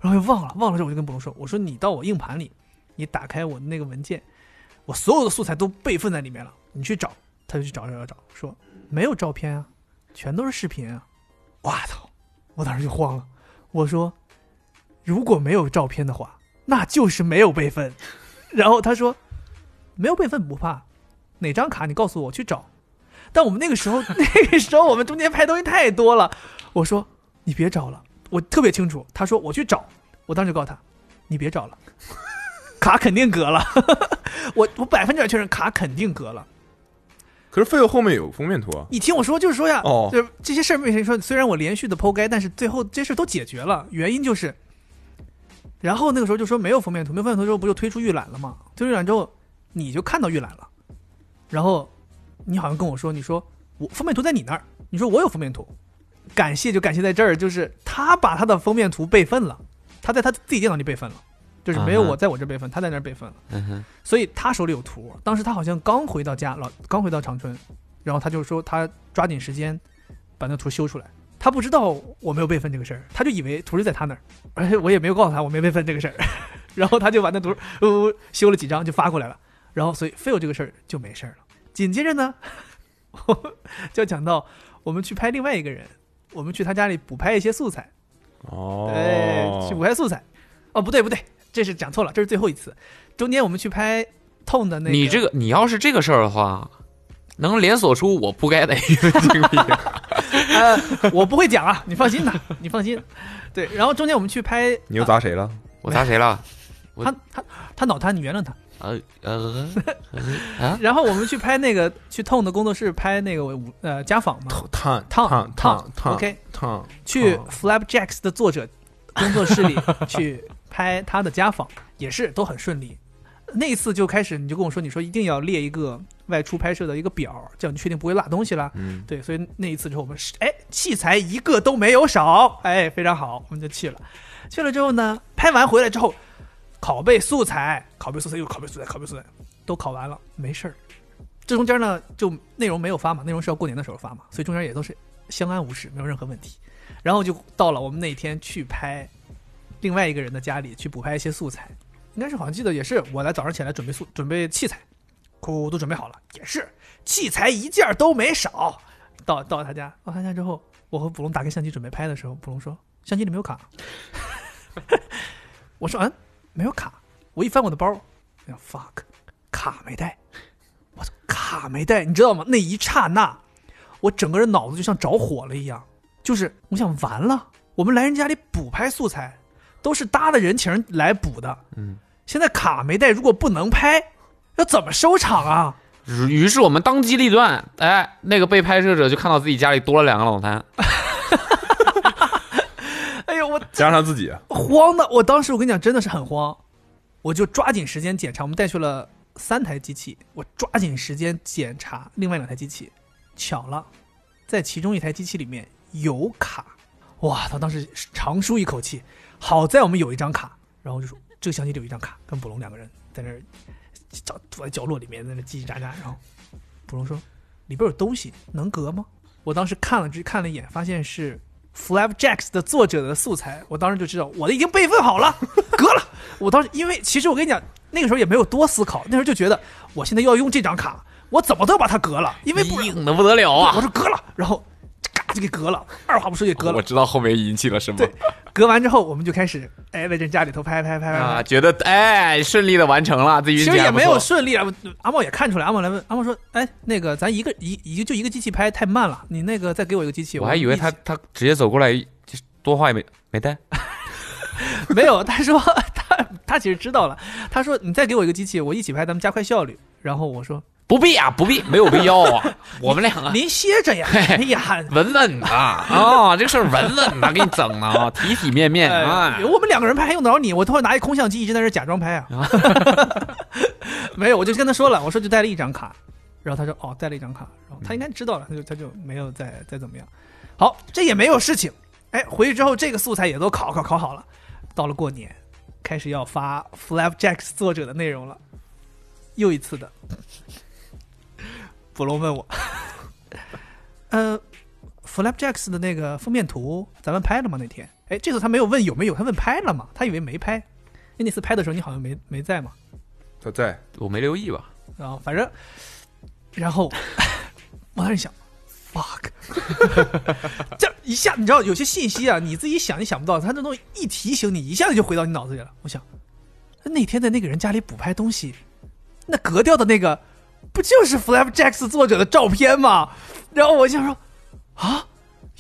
然后又忘了，忘了之后我就跟博龙说，我说你到我硬盘里，你打开我的那个文件，我所有的素材都备份在里面了，你去找。他就去找找找找，说没有照片啊，全都是视频啊。哇操！我当时就慌了，我说如果没有照片的话，那就是没有备份。然后他说没有备份不怕，哪张卡你告诉我去找。但我们那个时候， (laughs) 那个时候我们中间拍东西太多了。我说你别找了，我特别清楚。他说我去找，我当时就告诉他，你别找了，卡肯定隔了。 (laughs) 我我百分之百确认卡肯定隔了。
可是废物后面有封面图啊，
你听我说，就是说呀，
哦
就是这些事儿没谁说。虽然我连续的剖开，但是最后这事儿都解决了，原因就是，然后那个时候就说没有封面图，没有封面图之后不就推出预览了吗？推出预览之后，你就看到预览了，然后你好像跟我说，你说我封面图在你那儿，你说我有封面图，感谢就感谢在这儿，就是他把他的封面图备份了，他在他自己电脑里备份了，就是没有
啊
嗯哼
我在我这备份，他在那儿备份了。
嗯哼，
所以他手里有图。当时他好像刚回到家，老刚回到长春，然后他就说他抓紧时间把那图修出来。他不知道我没有备份这个事儿，他就以为图是在他那儿，而且我也没有告诉他我没备份这个事儿， (laughs) 然后他就把那图呜、呜修了几张就发过来了，然后所以 fail 这个事儿就没事儿了。紧接着呢， (laughs) 我就要讲到我们去拍另外一个人，我们去他家里补拍一些素材，
哦
对，呃去补拍素材。哦，不对不对，这是讲错了，这是最后一次。中间我们去拍 Tone 的那个，
你这个你要是这个事儿的话，能连锁出我不该的一个经历。
(laughs) 呃，我不会讲啊，你放心吧， (laughs) 你放心。对，然后中间我们去拍
你又砸谁
啊
了？
我砸谁了？我
他他他脑瘫，你原谅他。
(laughs) 呃呃呃啊！
然后我们去拍那个去 Tone 的工作室拍那个舞呃家访嘛
烫
烫
烫烫烫
OK，
烫，
去
哦
Flapjacks 的作者工作室里去拍他的家访，也是都很顺利。那一次就开始，你就跟我说，你说一定要列一个外出拍摄的一个表，这样你确定不会落东西啦。
嗯，
对，所以那一次之后，我们是哎器材一个都没有少，哎非常好，我们就去了。去了之后呢，拍完回来之后，拷贝素材，拷贝素材又拷贝素材，拷贝素材都拷完了，没事儿。这中间呢，就内容没有发嘛，内容是要过年的时候发嘛，所以中间也都是相安无事，没有任何问题。然后就到了我们那天去拍另外一个人的家里去补拍一些素材，应该是好像记得也是我来早上起来准备素准备器材，库都准备好了，也是器材一件儿都没少。到到他家，到他家之后，我和卜龙打开相机准备拍的时候，卜龙说相机里没有卡。 (laughs) 我说嗯，没有卡。我一翻我的包，哎呀 fuck，卡没带。我操，卡没带，你知道吗？那一刹那，我整个人脑子就像着火了一样，就是我想完了，我们来人家里补拍素材，都是搭的人情来补的，
嗯，
现在卡没带，如果不能拍，那怎么收场啊？
于是我们当机立断，哎，那个被拍摄者就看到自己家里多了两个脑瘫，
哎呦，我
加上自己，啊
慌的，我当时我跟你讲，真的是很慌，我就抓紧时间检查，我们带去了三台机器，我抓紧时间检查另外两台机器，巧了，在其中一台机器里面有卡，哇，他当时长舒一口气，好在我们有一张卡，然后就说这个相机里有一张卡，跟卜龙两个人在那儿角躲在角落里面在那叽叽喳喳，然后卜龙说里边有东西，能隔吗？我当时看了只看了一眼，发现是 Flapjacks 的作者的素材，我当时就知道我的已经备份好了， (laughs) 隔了。我当时因为其实我跟你讲，那个时候也没有多思考，那时候就觉得我现在要用这张卡，我怎么都要把它隔了，因为不然
哎硬的不得了
我
啊！
说隔了，然后嘎就给隔了，二话不说就隔了。
知道后面引起了什么
对隔完之后，我们就开始哎在这家里头拍拍拍拍
啊，
拍。
觉得哎顺利的完成了，自己
嗯其
运气
实也
还不
没有
错
顺利啊，阿茂也看出来，阿茂来问阿茂说：“哎，那个咱一个一一就一个机器拍太慢了，你那个再给我一个机器。”
我还以为
们一
他
起
他直接走过来，就是多话也没没带。
(laughs) 没有，他说他他其实知道了，他说你再给我一个机器，我一起拍，咱们加快效率。然后我说
不必啊，不必，没有必要
(laughs)
啊。我们两个
您歇着
(laughs)
呀，
嘿
哎呀，
稳稳的
(laughs)
啊，这个事儿稳稳的，给你整的啊，体体面面啊
哎，。我们两个人拍还用得着你？我突然拿一空相机一直在这假装拍啊。没有，我就跟他说了，我说就带了一张卡，然后他说哦带了一张卡，然后他应该知道了，他就他就没有再再怎么样。好，这也没有事情。哎，回去之后这个素材也都考考考好了。到了过年，开始要发 Flapjacks 作者的内容了，又一次的。 (laughs) 博龙问我， (laughs) 呃，Flapjacks 的那个封面图咱们拍了吗？那天，哎，这次他没有问有没有，他问拍了吗？他以为没拍，因为那次拍的时候你好像没没在嘛。
他在
我没留意吧？
然后反正，然后 (laughs) 我当时想，fuck，这一下你知道有些信息啊，你自己想也想不到，他这东西一提醒你，一下子就回到你脑子里了。我想，那天在那个人家里补拍东西，那格调的那个不就是 Flapjacks 作者的照片吗？然后我就说，啊。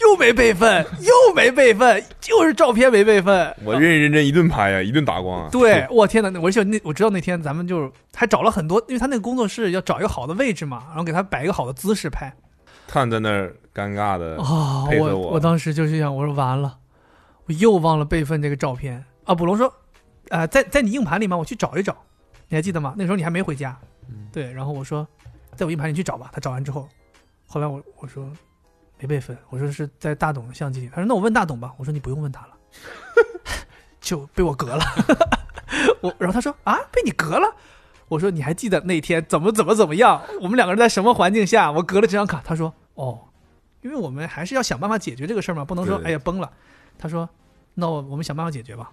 又没备份，又没备份，就是照片没备份。
我认认真真一顿拍呀，一顿打光啊。
对，我天哪！我就那我知道那天咱们就是还找了很多，因为他那个工作室要找一个好的位置嘛，然后给他摆一个好的姿势拍。
探在那儿尴尬的
啊、
配合
我
我
当时就是想，我说完了，我又忘了备份这个照片啊。捕龙说，呃，在在你硬盘里吗？我去找一找，你还记得吗？那时候你还没回家，
嗯
对。然后我说，在我硬盘里去找吧。他找完之后，后来我我说没备份，我说是在大董的相机里。他说那我问大董吧。我说你不用问他了，就被我隔了。 (laughs) 我然后他说啊，被你隔了。我说你还记得那天怎么怎么怎么样？我们两个人在什么环境下？我隔了这张卡。他说哦，因为我们还是要想办法解决这个事儿嘛，不能说
对
哎呀崩了。他说那我我们想办法解决吧。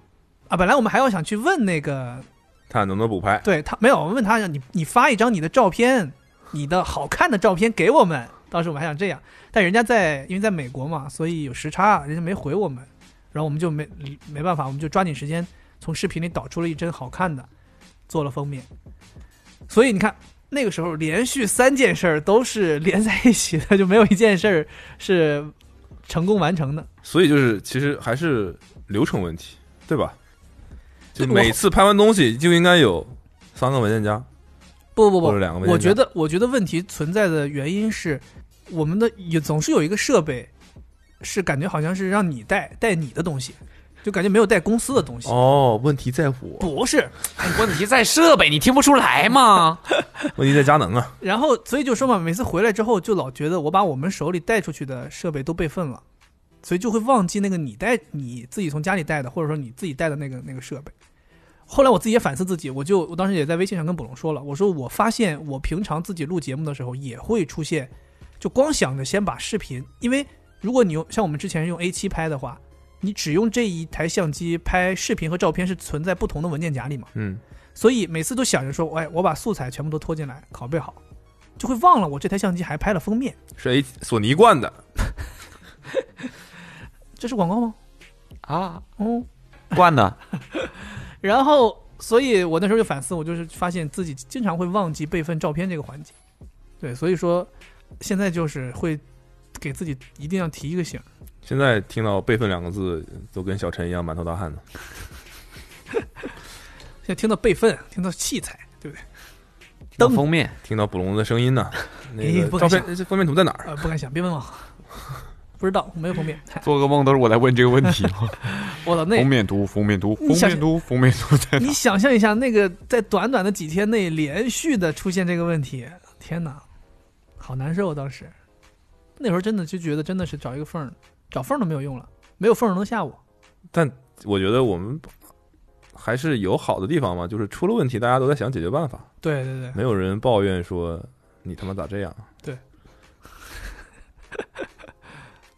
啊，本来我们还要想去问那个，
看能不能补拍。
对他没有，我问他你你发一张你的照片，你的好看的照片给我们。当时我们还想这样，但人家在因为在美国嘛，所以有时差，人家没回我们，然后我们就没没办法，我们就抓紧时间从视频里导出了一帧好看的，做了封面。所以你看，那个时候连续三件事儿都是连在一起的，就没有一件事儿是成功完成的。
所以就是其实还是流程问题，对吧？就
对我
每次拍完东西就应该有三个文件夹，
不不不
或者两个文，件
我觉
夹
得我觉得问题存在的原因是，我们的也总是有一个设备，是感觉好像是让你带带你的东西，就感觉没有带公司的东西。
哦，问题在我，
不是，
问题在设备，你听不出来吗？
问题在佳能啊。
然后所以就说嘛，每次回来之后就老觉得我把我们手里带出去的设备都备份了，所以就会忘记那个你带你自己从家里带的，或者说你自己带的那个那个设备。后来我自己也反思自己，我就我当时也在微信上跟卜龙说了，我说我发现我平常自己录节目的时候也会出现，就光想着先把视频，因为如果你用像我们之前用 A 7拍的话，你只用这一台相机拍视频和照片是存在不同的文件夹里嘛。
嗯，
所以每次都想着说，哎，我把素材全部都拖进来，拷贝好，就会忘了我这台相机还拍了封面。
是 A 索尼冠的，
这是广告吗？
啊，
哦，
惯的，
然后，所以我那时候就反思，我就是发现自己经常会忘记备份照片这个环节。对，所以说现在就是会给自己一定要提一个醒儿。
现在听到备份两个字都跟小陈一样满头大汗的。
现在听到备份，听到器材，对不对？
当
灯
封面
听到卜龙的声音 (laughs) 呢，那
哎不
个
敢
照
想
片这封面图在哪儿？
呃，不敢想，别问我，不知道，没有封面。嗨
做噩梦都是我在问这个问题吗？
我的那
封面图，封面图，封
你想
面图，封面图
(laughs)
在哪
你？想象一下，那个在短短的几天内连续的出现这个问题，天哪，好难受！啊当时，那时候真的就觉得真的是找一个缝儿，找缝儿都没有用了，没有缝儿能吓我。
但我觉得我们还是有好的地方嘛，就是出了问题，大家都在想解决办法，
对对对，
没有人抱怨说你他妈咋这样。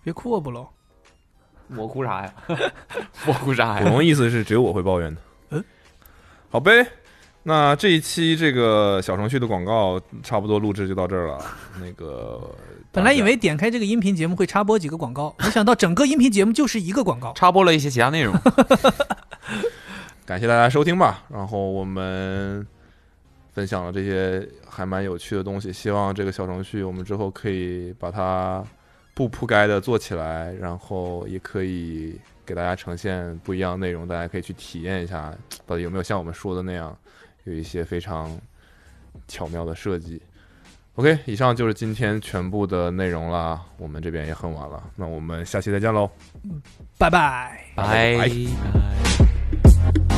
别哭啊，不龙。
我哭啥 (laughs) 呀？我哭啥
普
呀？
龙意思是只有我会抱怨的。
嗯，
好呗。那这一期这个小程序的广告差不多录制就到这儿了。那个
本来以为点开这个音频节目会插播几个广告，没想到整个音频节目就是一个广告。
插播了一些其他内容，
感谢大家收听吧，然后我们分享了这些还蛮有趣的东西，希望这个小程序我们之后可以把它不铺盖的做起来，然后也可以给大家呈现不一样的内容，大家可以去体验一下，到底有没有像我们说的那样有一些非常巧妙的设计。OK，以上就是今天全部的内容啦，我们这边也很晚了，那我们下期再见喽。
拜拜。
拜
拜。